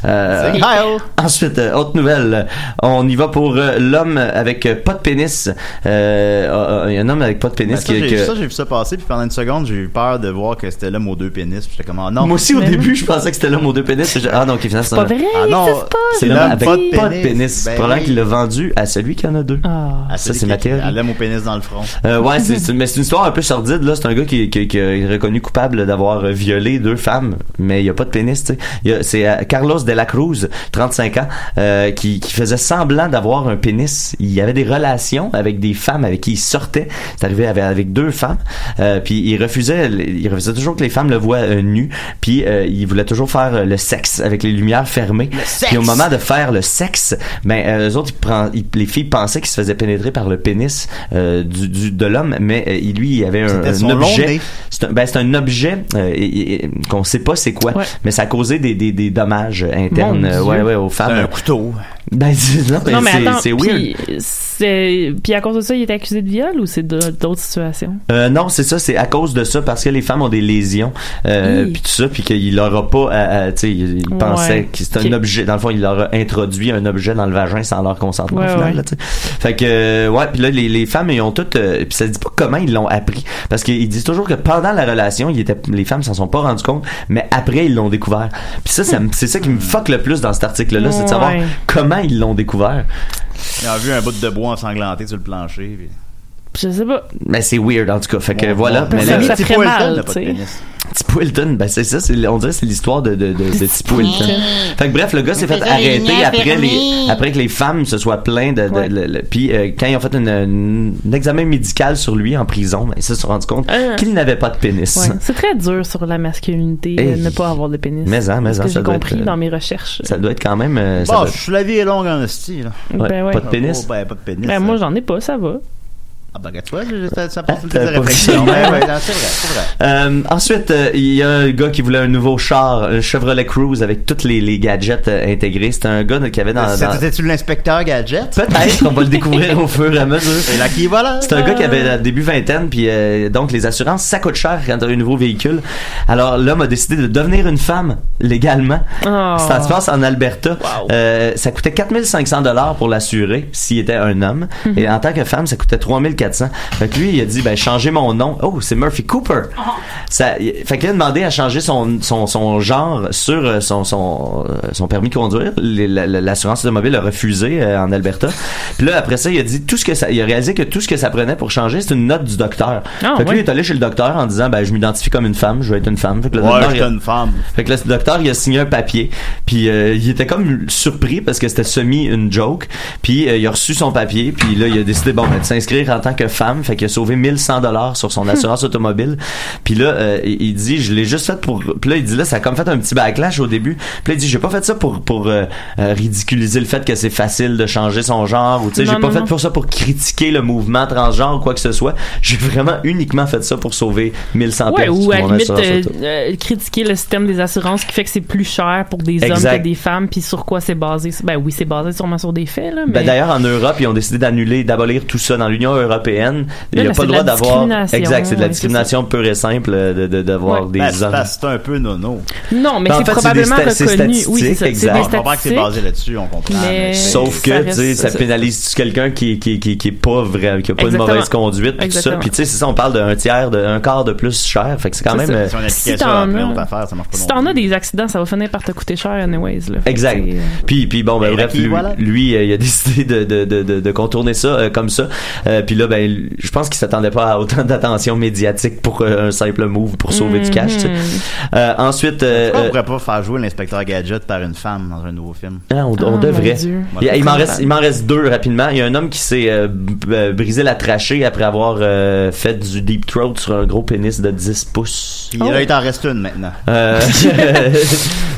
Euh, C'est Kyle. ensuite, euh, autre nouvelle. On y va pour euh, l'homme avec euh, pas de pénis. Euh, euh, euh, Il y a un homme avec pas de Mais pénis Ben, ça, qui, j'ai que- ça, j'ai vu ça passer, puis pendant une seconde, j'ai eu peur de voir que c'était l'homme aux deux pénis. puis J'étais comme, ah, non. Moi aussi au début, je pensais que c'était l'homme aux deux pénis. Je- Ah non, ok, finalement, c'est pas un homme. vrai, Ah il non, existe pas. c'est C'est l'homme l'homme avec pas de pas de pénis. pénis. Ben Probablement oui. qu'il l'a vendu à celui qui en a deux. Ah, ça, celui c'est ma qui- théorie. à L'homme aux pénis dans le front. Euh, ouais, c'est, c'est- mais c'est une histoire un peu sordide. Là, c'est un gars qui, qui, qui est reconnu coupable d'avoir euh, violé deux femmes, mais il y a pas de pénis. tu sais. Il y a- C'est euh, Carlos de la Cruz, 35 ans, euh, qui, qui faisait semblant d'avoir un pénis. Il y avait des relations avec des femmes avec qui il sortait. C'est arrivé avec, avec deux femmes, euh, puis il refusait, il refusait toujours que les femmes le voient euh, nu, puis euh, il voulait toujours faire euh, le sexe avec les lumières fermées. sexe! Puis au moment de faire le sexe, ben euh, eux autres, ils pren- ils- les filles pensaient qu'ils se faisaient pénétrer par le pénis euh, du, du- de l'homme, mais euh, il- lui, il avait un, C'était un son long objet. nez. C'est un, ben, c'est un objet euh, et- et- qu'on sait pas c'est quoi, mais ça a causé des, des, des dommages internes Mon euh, ouais, Dieu. ouais, aux femmes. C'est un couteau. Ben, <laughs> c'est- non, mais non, mais c'est- attends, c'est weird. puis, c'est- puis à cause de ça, il est accusé de viol ou c'est de- d'autres situations? Euh, non, c'est ça, c'est à cause de ça, parce que les femmes ont des lésions, euh, Hi. puis tout ça, puis qu'il leur a pas, à- à- tu sais, il il Ouais. pensait que c'était Ok. un objet, dans le fond, il leur a introduit un objet dans le vagin sans leur consentement, Ouais, au final, ouais. là, tu sais. Fait que, euh, ouais, puis là, les, les femmes, ils ont toutes, euh, puis ça dit pas comment ils l'ont appris, parce qu'ils disent toujours que pendant la relation, ils étaient, les femmes s'en sont pas rendues compte, mais après, ils l'ont découvert. Puis ça, ça me- c'est ça qui me fuck le plus dans cet article-là, c'est de savoir Ouais. comment ils l'ont découvert. Il a vu un bout de bois ensanglanté sur le plancher. Puis... Je sais pas. Mais c'est weird, en tout cas. Fait que Mon- voilà. mon mais petit là- ami Ça Tipo ferait Hilton mal, n'a pas de tu sais. pénis. Tipo Hilton, ben c'est ça, c'est- on dirait que c'est l'histoire de, de, de, de Tipo Hilton. Fait que bref, le gars s'est fait Mais ça, il arrêter n'a après, permis. les, après que les femmes se soient plaintes. De, de- Ouais. le- le- puis euh, quand ils ont fait une- une- un examen médical sur lui en prison, ben, ils se sont rendus compte Ah. qu'il n'avait pas de pénis. Ouais. C'est très dur sur la masculinité Hey. de ne pas avoir de pénis. Mais en, mais en, Parce que ça J'ai doit être, compris euh, dans mes recherches. Ça doit être quand même. euh, ça Bon, doit- je- la vie est longue en style. là. Ouais, Ben ouais. pas de pénis? Oh, ben, pas de pénis. Ben, moi, j'en ai pas, ça va. Ah, ben, regarde-toi, j'ai- ça, ça passe toutes Ah, t'as tes pas réflexions. Ben, vu. Ouais, ouais, non, c'est vrai, c'est vrai. Euh, ensuite, euh, il y a un gars qui voulait un nouveau char, un Chevrolet Cruze avec tous les, les gadgets euh, intégrés. C'était un gars qui avait dans. dans- C'était-tu l'inspecteur <laughs> Gadget? Peut-être qu'on va le découvrir au fur et à mesure. Et là, qui va là? C'est un gars qui avait euh, début vingtaine, puis euh, donc les assurances, ça coûte cher quand t'as un nouveau véhicule. Alors l'homme a décidé de devenir une femme légalement. Oh. Ça se passe en Alberta. Euh, ça coûtait 4500 dollars pour l'assurer s'il était un homme. Mhm. Et en tant que femme, ça coûtait 3400. Fait que lui, il a dit, ben changez mon nom. Oh, c'est Murphy Cooper. Ça, il- fait qu'il a demandé à changer son, son, son genre sur euh, son, son, euh, son permis de conduire. Les- la- la- L'assurance automobile a refusé euh, en Alberta. Puis là, après ça, il a dit tout ce que ça, il a réalisé que tout ce que ça prenait pour changer, c'est une note du docteur. Ah, fait que lui, ouais. il est allé chez le docteur en disant, ben je m'identifie comme une femme, je veux être une femme. Fait que le Ouais, docteur, j'étais il a- une femme. fait que le docteur, il a signé un papier. Puis euh, il était comme surpris parce que c'était semi une joke. Puis euh, il a reçu son papier. Puis là, il a décidé bon, ben, de s'inscrire en tant que femme. Fait qu'il a sauvé 1100 dollars sur <laughs> son assurance automobile. Puis là, euh, il il dit, je l'ai juste fait pour. Puis là, il dit là, ça a comme fait un petit backlash au début. Puis là, il dit, j'ai pas fait ça pour pour euh, euh, ridiculiser le fait que c'est facile de changer son genre ou tu sais, Non, j'ai pas non, fait non. pour ça pour critiquer le mouvement transgenre ou quoi que ce soit. J'ai vraiment uniquement fait ça pour sauver 1100 Ouais, piastres ou sur à mon la limite, assurance euh, auto. euh, critiquer le système des assurances qui fait que c'est plus cher pour des hommes Exact. que des femmes, puis sur quoi c'est basé. Ben oui, c'est basé sûrement sur des faits, là, mais... Ben, d'ailleurs, en Europe, ils ont décidé d'annuler, d'abolir tout ça dans l'Union européenne. Il Là, n'y a là, pas c'est le de droit la d'avoir. discrimination, Exact, c'est de la ouais, discrimination pure et simple euh, de, de, d'avoir Ouais. des Ben, c'est hommes. parce que c'est un peu nono. Non, mais Ben, en c'est fait, c'est des probablement sta- c'est reconnu. Oui, c'est statistique, ça, c'est des exact. On comprend que c'est statistiques. basé là-dessus, on comprend. Mais- Sauf que, ça tu reste- sais, ça ça- pénalise quelqu'un qui, qui, qui, qui est pas vrai, qui a pas de Exactement. mauvaise conduite, puis tout ça. Exactement. Puis, tu sais, c'est ça, on parle d'un tiers, de, un quart de plus cher. Fait que c'est quand C'est même. ça. euh, Si on appliquait Si ça à t'en plein as- d'autres affaires, ça marche Si t'en as des accidents, ça va finir par te coûter cher, anyways. Là. Exact. euh, Puis, puis bon, ben, bref, Rocky, lui, voilà. lui, euh, il a <laughs> décidé de, de, de, de- de contourner ça euh, comme ça. Euh, puis là, ben, je pense qu'il s'attendait pas à autant <laughs> d'attention médiatique pour euh, un simple move pour sauver mm, du cash. tu sais. Mhm. Euh, ensuite, euh, Pourquoi on euh, pourrait pas faire jouer l'inspecteur Gadget par une femme dans un nouveau film? ah, on, on devrait. Il, il m'en reste, il m'en reste deux rapidement. Il y a un homme qui s'est euh, b- euh, brisé la trachée après avoir euh, fait du deep throat sur un gros pénis de 10 pouces. Oh. Puis là, il t'en reste une maintenant. Euh, <laughs> <laughs>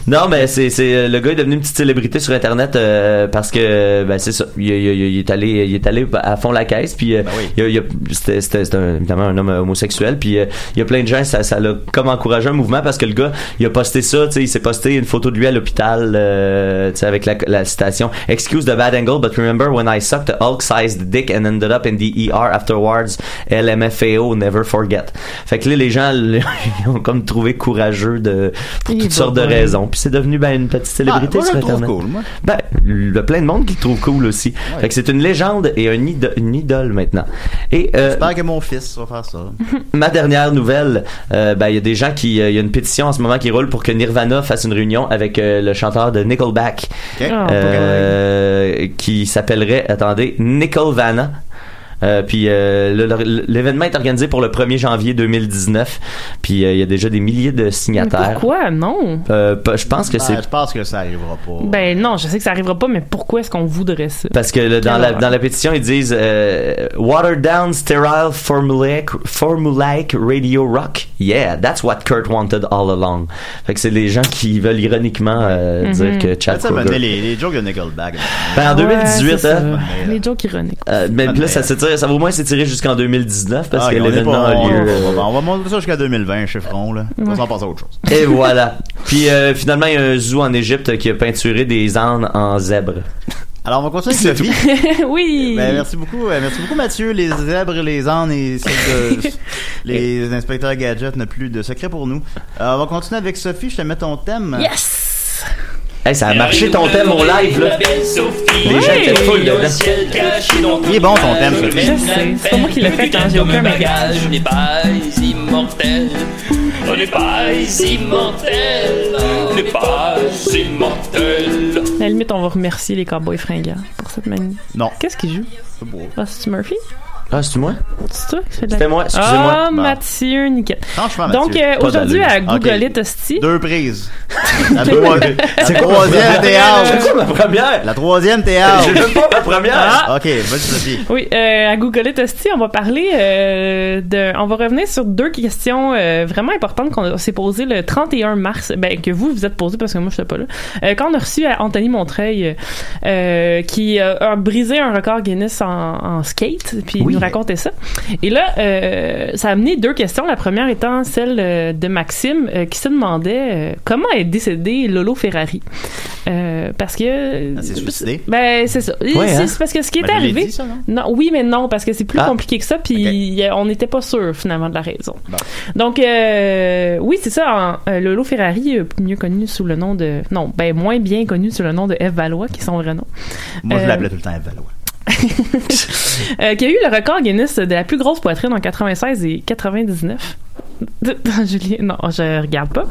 non, mais c'est, c'est le gars est devenu une petite célébrité sur Internet euh, parce que ben, c'est ça. Il, il- il- il est allé, il est allé à fond la caisse. Puis euh, il, a- il a- c'était, c'était- c'était un- évidemment un homme homosexuel. Puis euh, il y a plein de gens, ça, ça l'a comme encouragé un mouvement parce que le gars, il a posté ça. tu sais, Il s'est posté une photo de lui à l'hôpital euh, tu sais, avec la, la citation "Excuse the bad angle, but remember when I sucked a Hulk-sized dick and ended up in the ER afterwards. LMFAO, never forget." Fait que là, les gens <laughs> ils ont comme trouvé courageux de pour Il toutes va sortes de bien. raisons. Puis c'est devenu ben, une petite célébrité Ah, moi, je sur le trouve Internet. cool, moi. Ben, il y a plein de monde qui le trouve cool aussi. Ouais. Fait que c'est une légende et un ido- une idole maintenant. Et euh, J'espère que mon fils va faire ça. <laughs> ma dernière nouvelle, euh, ben, il y a des gens qui, euh, il y a une pétition en ce moment qui roule pour que Nirvana fasse une réunion avec euh, le chanteur de Nickelback, Ok. Ah, Euh, qui s'appellerait, attendez, Nickelvana. Euh, puis euh, le- le- l'événement est organisé pour le 1er janvier 2019. Puis euh, il y a déjà des milliers de signataires. Pourquoi? Non. Euh, pas- je pense que Ben, c'est Je pense que ça arrivera pas. Ben non, je sais que ça arrivera pas, mais pourquoi est-ce qu'on voudrait ça? <laughs> parce que le- dans, Quelle la, horreur. dans la pétition ils disent euh, water down sterile formulaic, formulaic radio rock yeah that's what Kurt wanted all along fait que c'est les gens qui veulent ironiquement euh, Mhm. dire que Chad Ça, ça venait Kroeger les, les jokes de Nickelback. ben, en Ouais, 2018 c'est ça. hein, Les jokes ironiques. euh, mais puis là ça s'étire ça va au moins s'étirer jusqu'en 2019 parce Ah, que on est l'événement pas- a lieu on- euh, on va- On va monter ça jusqu'à 2020, chiffron, là. On va s'en passer à autre chose. et voilà puis euh, finalement il y a un zoo en Égypte qui a peinturé des ânes en zèbre Alors, on va continuer avec Sophie. <laughs> oui. Ben, merci beaucoup, euh, merci beaucoup Mathieu. Les zèbres, et les ânes et celles <laughs> de- les inspecteurs gadgets n'ont plus de secret pour nous. Euh, on va continuer avec Sophie. Je te mets ton thème. Yes. Hey, ça a marché ton thème au live, là. Les gens étaient full dedans. Il est bon ton thème, Sophie. Je sais, c'est pas moi qui l'ai fait quand j'ai aucun bagage. On n'est pas immortel. On n'est pas immortel. On n'est pas immortel. À la limite, on va remercier les cowboys fringants pour cette manie. Non. Qu'est-ce qu'ils jouent Ah, c'est Murphy Ah, c'est moi? C'est toi qui fais de la- C'était moi, excusez-moi. Ah, Bon. Mathieu, nickel. Franchement, Donc, Mathieu, euh, pas aujourd'hui, à d'allure. Google Ok. It, hostie. Deux <laughs> prises. La, trois- <laughs> C'est la quoi ma troisième première? <laughs> théâtre. C'est quoi ma première? <laughs> La troisième théâtre. Ah, J'ai même pas ma Ah, première. Ok, vas-y Sophie. Oui, euh, à Google It aussi, on va parler euh, de. On va revenir sur deux questions euh, vraiment importantes qu'on s'est posées le 31 mars. Ben, que vous vous êtes posées parce que moi, je n'étais pas là. Euh, quand on a reçu euh, Anthony Montreuil, euh, qui euh, a brisé un record Guinness en, en skate, puis il nous racontait ça. Et là, euh, ça a amené deux questions. La première étant celle euh, de Maxime, euh, qui se demandait euh, comment est décédé Lolo Ferrari. Euh, parce que. Elle s'est suicidée. Ben, c'est ça. Ouais, C'est- hein? C'est parce que ce qui Ben, est je l'ai arrivé. dit, ça, non? oui, mais non, parce que c'est plus Ah. compliqué que ça, puis euh, on n'était pas sûr finalement de la raison. Bon. Donc, euh, oui, c'est ça. en- euh, Lolo Ferrari, euh, mieux connu sous le nom de. Non, ben, moins bien connu sous le nom de Eve Valois, qui est son vrai nom. Moi, je Euh, l'appelais tout le temps Eve Valois. <laughs> euh, qui a eu le record Guinness de la plus grosse poitrine en 96 et 99. <laughs> Julien, non, je regarde pas.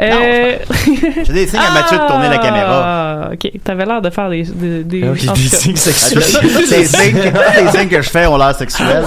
Euh... <laughs> J'ai des signes à Mathieu de tourner la caméra. Ah, ok. T'avais l'air de faire des. des, des- Ok, en des tout cas. signes sexuels. <laughs> Des <laughs> signes que- des signes que je fais ont l'air sexuels.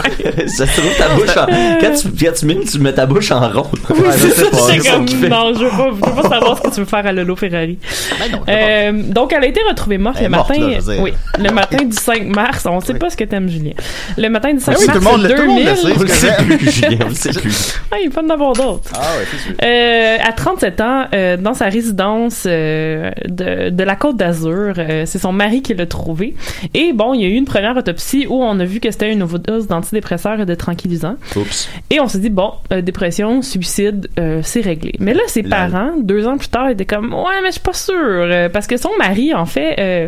Ça se trouve ta bouche en... <laughs> Quand tu, quand tu mimes, tu mets ta bouche en rond. Oui, c'est ça, c'est ça comme- qu'il fait. Non, je veux pas, je veux pas savoir ce que tu veux faire à Lolo Ferrari. Ben Euh, donc, elle a été retrouvée morte Elle le est morte, matin. là, je veux dire. oui, le matin du 5 mars. On sait pas ce que t'aimes, Julien. Le matin du 5 Ah oui, mars tout le monde le- 2000. tout le monde le sait, ce On le <laughs> sait que j'aime. plus, Julien, on le <laughs> sait plus. Ah, il peut en avoir d'autres. Ah ouais, c'est sûr. Euh, à 37 ans, euh, dans sa résidence euh, de, de la Côte d'Azur, euh, c'est son mari qui l'a trouvé. Et bon, il y a eu une première autopsie où on a vu que c'était une overdose d'antidépresseurs et de tranquillisants. Oups. Et on s'est dit, bon, euh, dépression, suicide, euh, c'est réglé. Mais là, ses parents, deux ans plus tard, étaient comme, ouais, mais je suis pas sûre. euh, Parce que son mari, en fait, euh,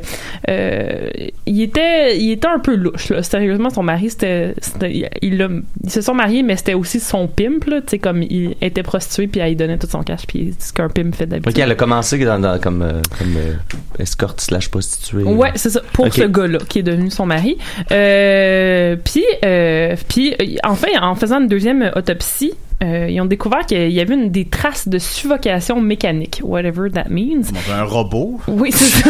euh, il, était, il était un peu louche. là. Sérieusement, son mari, c'était. c'était- il- il l'a- ils se sont mariés, mais c'était aussi son pimp, là. Tu sais, comme il était prostitué, puis elle lui donnait tout son cash, puis c'est ce qu'un pimp fait d'habitude. Ok, elle a commencé dans, dans- comme, euh, comme euh, escorte slash prostituée. Ouais, c'est ça. Pour Ok. ce gars-là qui est devenu son mari. Euh, puis, euh, puis, euh, enfin, en faisant une deuxième autopsie, euh, ils ont découvert qu'il y avait une, des traces de suffocation mécanique, whatever that means. Bon, c'est un robot. Oui, c'est ça.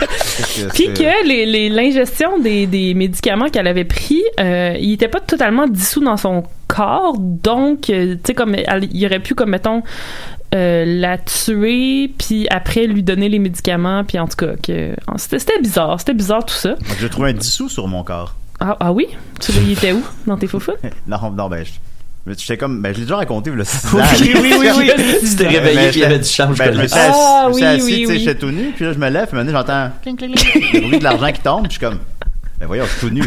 Qu'est-ce que Puis c'est? que les- les- l'ingestion des, des médicaments qu'elle avait pris, euh, il était pas totalement dissous dans son corps, donc euh, tu sais comme elle- il aurait pu comme mettons euh, la tuer, puis après lui donner les médicaments, puis en tout cas que c'était c'était bizarre, c'était bizarre tout ça. J'ai trouvé un dissous sur mon corps. Ah, ah oui, tu il était où dans tes foufous <laughs> Non, non, ben, je. mais J'étais comme, ben, je l'ai déjà raconté, le <laughs> Oui, oui, <laughs> oui, <laughs> oui. ben, Tu t'es réveillé, puis il y avait du change Ben, je me collé. suis assis, Ah, je me suis oui, assis, oui, tu sais, oui. j'étais tout nu, puis là, je me lève, puis maintenant, j'entends le bruit de l'argent qui tombe, puis je suis comme, ben, voyons, je <laughs> suis tout nu.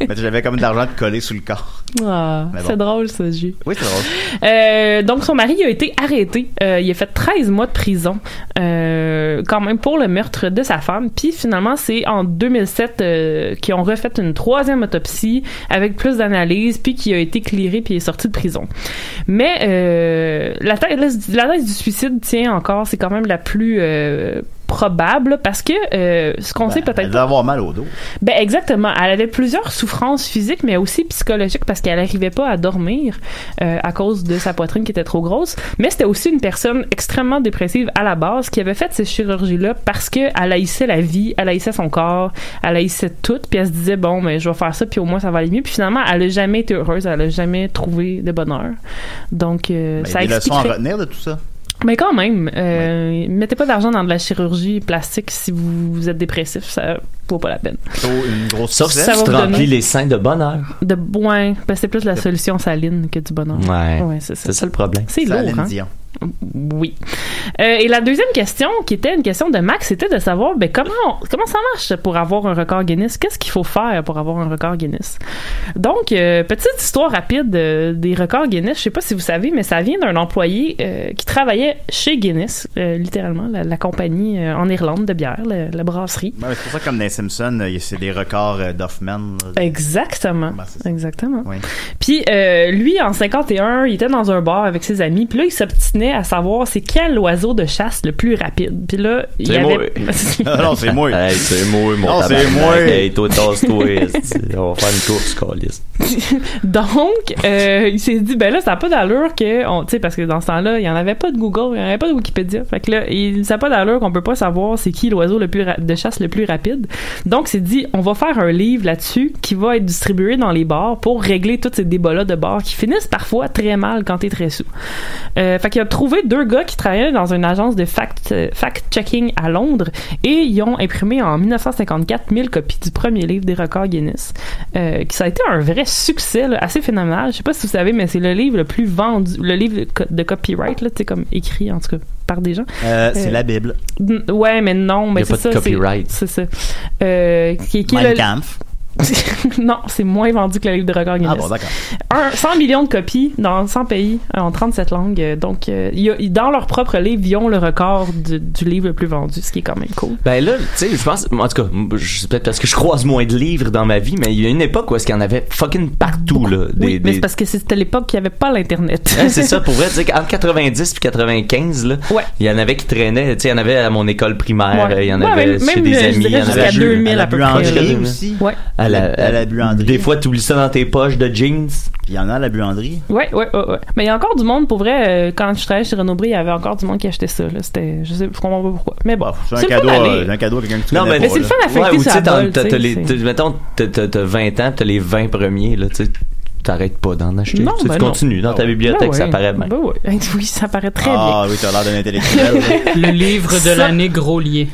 Mais tu sais, j'avais comme de l'argent de collé sous le corps. Ah, Mais bon. c'est drôle ça, J. Oui, c'est drôle. Euh, donc, son mari a été arrêté. Euh, il a fait 13 mois de prison, euh, quand même, pour le meurtre de sa femme. Puis, finalement, c'est en 2007 euh, qu'ils ont refait une troisième autopsie avec plus d'analyses, puis qui a été clearé, puis il est sorti de prison. Mais euh, la, thèse, la thèse du suicide tient encore. C'est quand même la plus... euh, probable parce que euh, ce qu'on sait peut-être Ben, Elle devait avoir mal au dos. ben exactement. Elle avait plusieurs souffrances physiques, mais aussi psychologiques parce qu'elle n'arrivait pas à dormir euh, à cause de sa poitrine qui était trop grosse. Mais c'était aussi une personne extrêmement dépressive à la base qui avait fait ces chirurgies-là parce que elle haïssait la vie, elle haïssait son corps, elle haïssait tout. Puis elle se disait bon, mais je vais faire ça, puis au moins ça va aller mieux. Puis finalement, elle n'a jamais été heureuse, elle n'a jamais trouvé de bonheur. Donc euh, Ben, il y ça a des leçons à expliquerait- retenir de tout ça. mais quand même, euh, mettez pas d'argent dans de la chirurgie plastique si vous, vous êtes dépressif, ça vaut pas la peine. une grosse Sauf si Ça va tu te vous donner- remplis les seins de bonheur. De boin, ben c'est plus la solution saline que du bonheur. Ouais. c'est ça. C'est ça le problème. C'est lourd, hein? oui. Euh, et la deuxième question, qui était une question de Max, c'était de savoir ben, comment, on- comment ça marche pour avoir un record Guinness? Qu'est-ce qu'il faut faire pour avoir un record Guinness? Donc, euh, petite histoire rapide euh, des records Guinness. Je sais pas si vous savez, mais ça vient d'un employé euh, qui travaillait chez Guinness, euh, littéralement, la, la compagnie euh, en Irlande de bière, la- la brasserie. Ouais, mais c'est pour ça que comme dans les Simpsons, euh, c'est des records euh, d'Hoffman. là. Exactement. Exactement. Oui. Puis euh, lui, en 51, il était dans un bar avec ses amis. Puis là, il s'obstinait à savoir c'est quel oiseau de chasse le plus rapide. Puis là, il y C'est avait... moi. <laughs> non, c'est moi. Hey, c'est moi, mon Non, c'est tabarnak. moi. Hey, toi, tasse-toi. <laughs> esti. On va faire une course, Calis. Donc, euh, il s'est dit, ben là, ça n'a pas d'allure que, on- tu sais, parce que dans ce temps-là, il n'y en avait pas de Google, il n'y en avait pas de Wikipédia. Fait que là, il, ça n'a pas d'allure qu'on peut pas savoir c'est qui l'oiseau le plus ra- de chasse le plus rapide. Donc, c'est dit, on va faire un livre là-dessus qui va être distribué dans les bars pour régler tous ces débats-là de bars qui finissent parfois très mal quand t'es très sous. Euh, fait qu'il a trouvé deux gars qui travaillaient dans une agence de fact- euh, fact-checking à Londres et ils ont imprimé en 1954 000 copies du premier livre des records Guinness, euh, qui ça a été un vrai succès là, assez phénoménal. Je sais pas si vous savez, mais c'est le livre le plus vendu, le livre de co- de copyright, là, tu sais, comme écrit en tout cas par des gens. Euh, c'est Euh, la Bible. n- Ouais, mais non, Y ben, mais a c'est pas ça. de c'est- copyright. C'est ça. Euh, qui, qui est Mein le- Kampf. <laughs> non, c'est moins vendu que le livre de record Guinness. Ah bon, d'accord. Un- 100 millions de copies dans 100 pays, euh, en 37 langues. Euh, Donc, euh, il y a- dans leur propre livre, ils ont le record du, du livre le plus vendu, ce qui est quand même cool. Ben là, tu sais, je pense, en tout cas, m- je- c'est peut-être parce que je croise moins de livres dans ma vie, mais il y a une époque où est-ce qu'il y en avait fucking partout, là. Des, oui, mais des- c'est parce que c'était l'époque qu'il n'y avait pas l'Internet. Ouais, c'est ça, pour vrai, tu <laughs> sais, entre 90 puis 95, là, il y en avait qui traînaient, tu sais, il y en avait à mon école primaire, Ouais. Euh, il y en Ouais, avait même- chez même, euh, des je amis, il y dirais en jusqu'à avait 2000 à peu près. Jusqu'à Buanderie 2000. aussi. Ouais. À la, À la buanderie. Des fois, tu oublies ça dans tes poches de jeans. Il y en a à la buanderie. Ouais, ouais, ouais, ouais. Mais il y a encore du monde, pour vrai, euh, quand je travaillais chez Renaud Bré, il y avait encore du monde qui achetait ça. Là. C'était, je sais, je comprends pas pourquoi. Mais bon, C'est un le fun cadeau, d'aller. euh, c'est un cadeau à quelqu'un que tu Non, connais mais, pas, c'est le là. fun à fêter ouais, ou tu sa sais, t'as, bol, t'as- tu t'as sais, les, c'est- t'as- mettons, t'as, t'as- t'as 20 ans, t'as les 20 premiers, là, tu sais, t'arrêtes pas d'en acheter. Non, Tu sais, ben tu non. continues dans Ah ta Ben bibliothèque, ouais. ça paraît bien. Ben ouais. Oui, ça paraît très bien. Ah oui, t'as l'air d'un intellectuel. Le livre de Ça- l'année Grolier.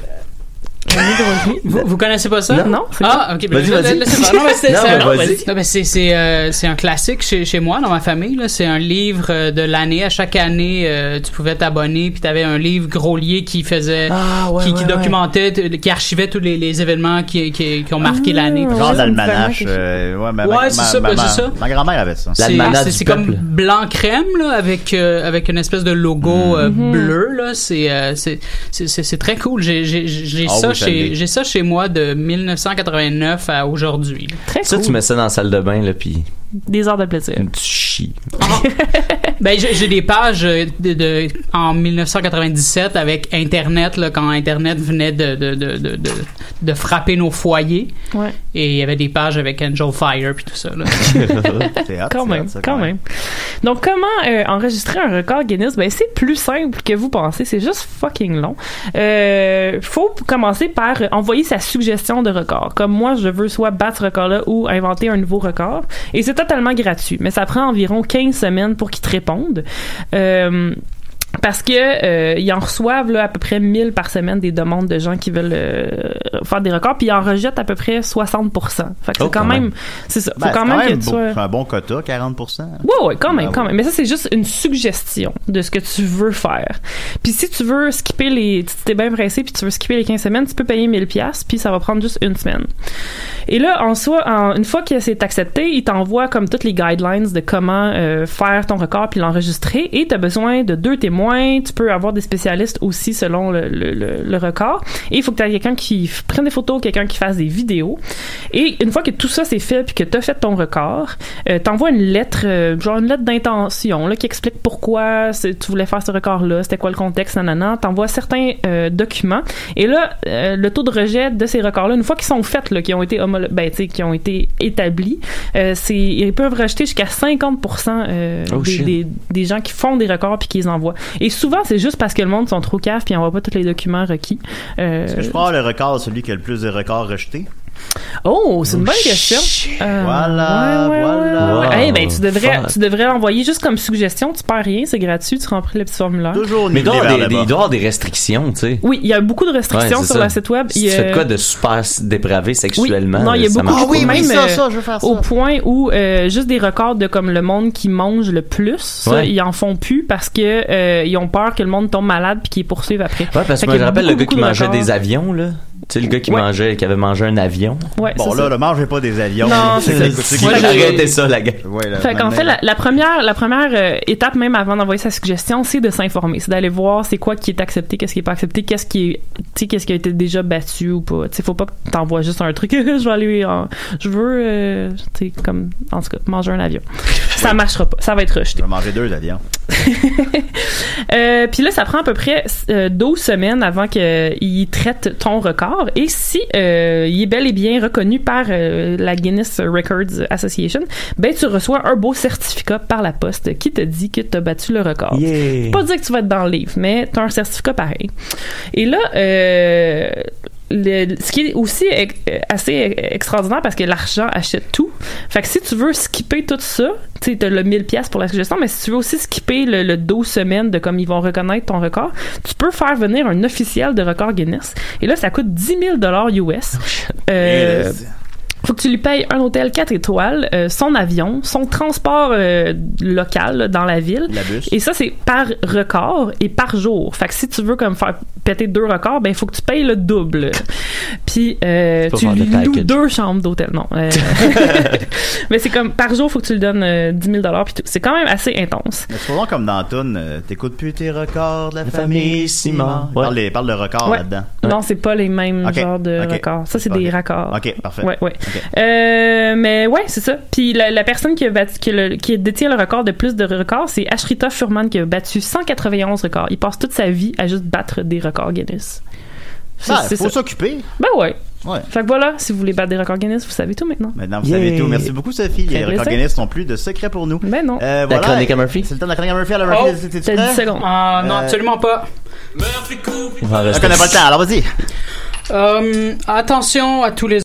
Vous, vous connaissez pas ça? Non. Non, c'est Ah, quoi? ok. ben, Vas-y, je- vas-y. laissez faire. Non, mais c'est Non, c'est- mais non, vas-y. non, mais c'est- c'est, euh, c'est un classique chez, chez moi, dans ma famille. là. C'est un livre euh, de l'année. À chaque année, euh, tu pouvais t'abonner, puis t'avais un livre Grolier qui faisait, Ah, ouais, qui, qui ouais, ouais. documentait, t- qui archivait tous les, les événements qui, qui, qui ont marqué l'année. puis Genre tout ça. d'almanach. euh, ouais, ma- ma- Ouais, c'est ma- ça, ma- ben, ma- c'est ça. Ma grand-mère avait ça. C'est- c'est- C'est comme blanc crème là, avec euh, avec une espèce de logo euh, bleu là. C'est euh, c'est c'est- c'est c'est très cool. J'ai j'ai j'ai Ah ça oui, je chez l'ai. <laughs> j'ai ça chez moi de 1989 à aujourd'hui. ça, tu mets ça dans la salle de bain, là, puis Ben Des heures de plaisir. tu chies. Ben j'ai j'ai des pages euh, de, de- en 1997 avec Internet là, quand Internet venait de de, de, de, de de frapper nos foyers. Ouais. Et il y avait des pages avec Angel Fire puis tout ça là. <laughs> quand même, quand même. Donc, comment euh, enregistrer un record Guinness? Ben, c'est plus simple que vous pensez. C'est juste fucking long. Euh, faut commencer par euh, envoyer sa suggestion de record. Comme moi, je veux soit battre ce record-là ou inventer un nouveau record. Et c'est totalement gratuit. Mais ça prend environ 15 semaines pour qu'ils te répondent. Euh, parce que euh, ils en reçoivent là, à peu près 1000 par semaine des demandes de gens qui veulent euh, faire des records, puis ils en rejettent à peu près 60 Fait que Oh, c'est quand quand même, même. c'est ça. Faut Ben, c'est quand même que tu beau. sois- C'est un bon quota, 40%. Ouais, ouais, quand même, Ah quand ouais. même. Mais ça, c'est juste une suggestion de ce que tu veux faire. Puis si tu veux skipper les... Si t'es bien pressé puis tu veux skipper les 15 semaines, tu peux payer 1000 pièces puis ça va prendre juste une semaine. Et là, en soi, en- une fois que c'est accepté, il t'envoie comme toutes les guidelines de comment euh, faire ton record puis l'enregistrer. Et t'as besoin de deux témoins. Tu peux avoir des spécialistes aussi selon le, le- le- le record. Et il faut que t'aies quelqu'un qui f- prenne des photos, quelqu'un qui fasse des vidéos. Et une fois que tout ça c'est fait puis que t'as fait ton record, euh, t'envoies une lettre, euh, genre une lettre d'intention là, qui explique pourquoi c'est- tu voulais faire ce record-là, c'était quoi le contexte, nanana. T'envoies certains euh, documents. Et là, euh, le taux de rejet de ces records-là, une fois qu'ils sont faits, là, qui ont été homolo- ben, tu sais, qui ont été établis, euh, c'est ils peuvent rejeter jusqu'à 50% euh, Oh, des, shit. des- des gens qui font des records puis qui les envoient. Et souvent, c'est juste parce que le monde sont trop caves puis ils envoient pas tous les documents requis. Euh, Est-ce que je peux avoir le record, celui qui a le plus de records rejetés? Oh, c'est une bonne question. Euh, Voilà, ouais, ouais, voilà. ouais, ouais. Hey, ben, tu devrais, Fuck. tu devrais l'envoyer juste comme suggestion. Tu perds rien, c'est gratuit. Tu remplis le petit formulaire. Mais il doit y avoir des, des- il doit y avoir des restrictions, tu sais. Oui, il y a beaucoup de restrictions Ouais, c'est sur ça. le site web. Si Il y tu fais a- de quoi de super s- dépravé sexuellement? non, il y a ça beaucoup marche de pas. même Ah ça, euh, ça, je veux faire ça. au point où euh, juste des records de comme le monde qui mange le plus, ça, Ouais. ils en font plus parce que euh, ils ont peur que le monde tombe malade puis qu'ils poursuivent après. Ouais, parce Fait que moi, qu'il je y a rappelle le beaucoup, gars qui beaucoup de mangeait records. des avions, là. Tu sais, le gars qui Ouais. mangeait, qui avait mangé un avion. Ouais, Bon, c'est là, ça. le mange j'ai pas des avions. <laughs> Non, c'est Ah, c'est- ça. c'est- <laughs> Moi, c'est- j'ai arrêté ça, la gars. Ouais, là, Fait qu'en maintenant, fait, la, la première, la première euh, étape, même avant d'envoyer sa suggestion, c'est de s'informer. C'est d'aller voir c'est quoi qui est accepté, qu'est-ce qui est pas accepté, qu'est-ce qui est, tu sais, qu'est-ce qui a été déjà battu ou pas. Tu sais, faut pas que t'envoies juste un truc, <laughs> je vais aller, en- je veux, euh, tu sais, comme, en tout cas, manger un avion. Ça marchera pas. Ça va être rejeté. Je vais manger deux avions. Euh, Puis là, ça prend à peu près euh, 12 semaines avant qu'il traite ton record. Et si euh, il est bel et bien reconnu par euh, la Guinness Records Association, ben tu reçois un beau certificat par la poste qui te dit que tu as battu le record. Faut Pas dire que tu vas être dans le livre, mais tu as un certificat pareil. Et là, euh, le- ce qui est aussi ex- assez extraordinaire parce que l'argent achète tout. Fait que si tu veux skipper tout ça, tu sais, t'as le 1000 pièces pour la suggestion, mais si tu veux aussi skipper le, le 12 semaines de comme ils vont reconnaître ton record, tu peux faire venir un officiel de record Guinness. Et là, ça coûte 10 000 dollars US. Oh, Euh, Yes. faut que tu lui payes un hôtel 4 étoiles, euh, son avion, son transport euh, local là, dans la ville. La bus. Et ça, c'est par record et par jour. Fait que si tu veux comme faire péter deux records, ben il faut que tu payes le <laughs> double. Puis euh, Tu peux tu faire lui le loues package. deux chambres d'hôtel. Non. euh, mais c'est comme par jour, faut que tu lui donnes euh, 10 000 puis tout. C'est quand même assez intense. Mais c'est pas long comme dans Toon, euh, t'écoutes plus tes records de la, famille, Simon. Ouais. Parle, des- parle de records Ouais. là-dedans. Non, c'est pas les mêmes Ok, genres de ok. records. Ça, c'est Ok. des raccords. Ok, parfait. Ouais, ouais. Ok. Euh, mais ouais, c'est ça. Puis la, la personne qui, a battu, qui, a le- qui détient le record de plus de records, c'est Ashrita Furman qui a battu 191 records. Il passe toute sa vie à juste battre des records Guinness. C'est- Ah, c'est faut ça. s'occuper. Ben ouais. Ouais. Fait que voilà, si vous voulez battre des records Guinness, vous savez tout maintenant. Maintenant, vous savez tout. Merci beaucoup, Sophie. Très Les records plaisir. Guinness n'ont plus de secret pour nous. Mais non. Euh, La voilà. chronique à Murphy. C'est le temps de la chronique à Murphy. Alors, Oh, Murphy, t'es- t'es t'as prêt? dix secondes. Ah, non, Euh, absolument pas. On va On rester. n'a pas le temps, alors vas-y. Hum, Euh, attention à tous les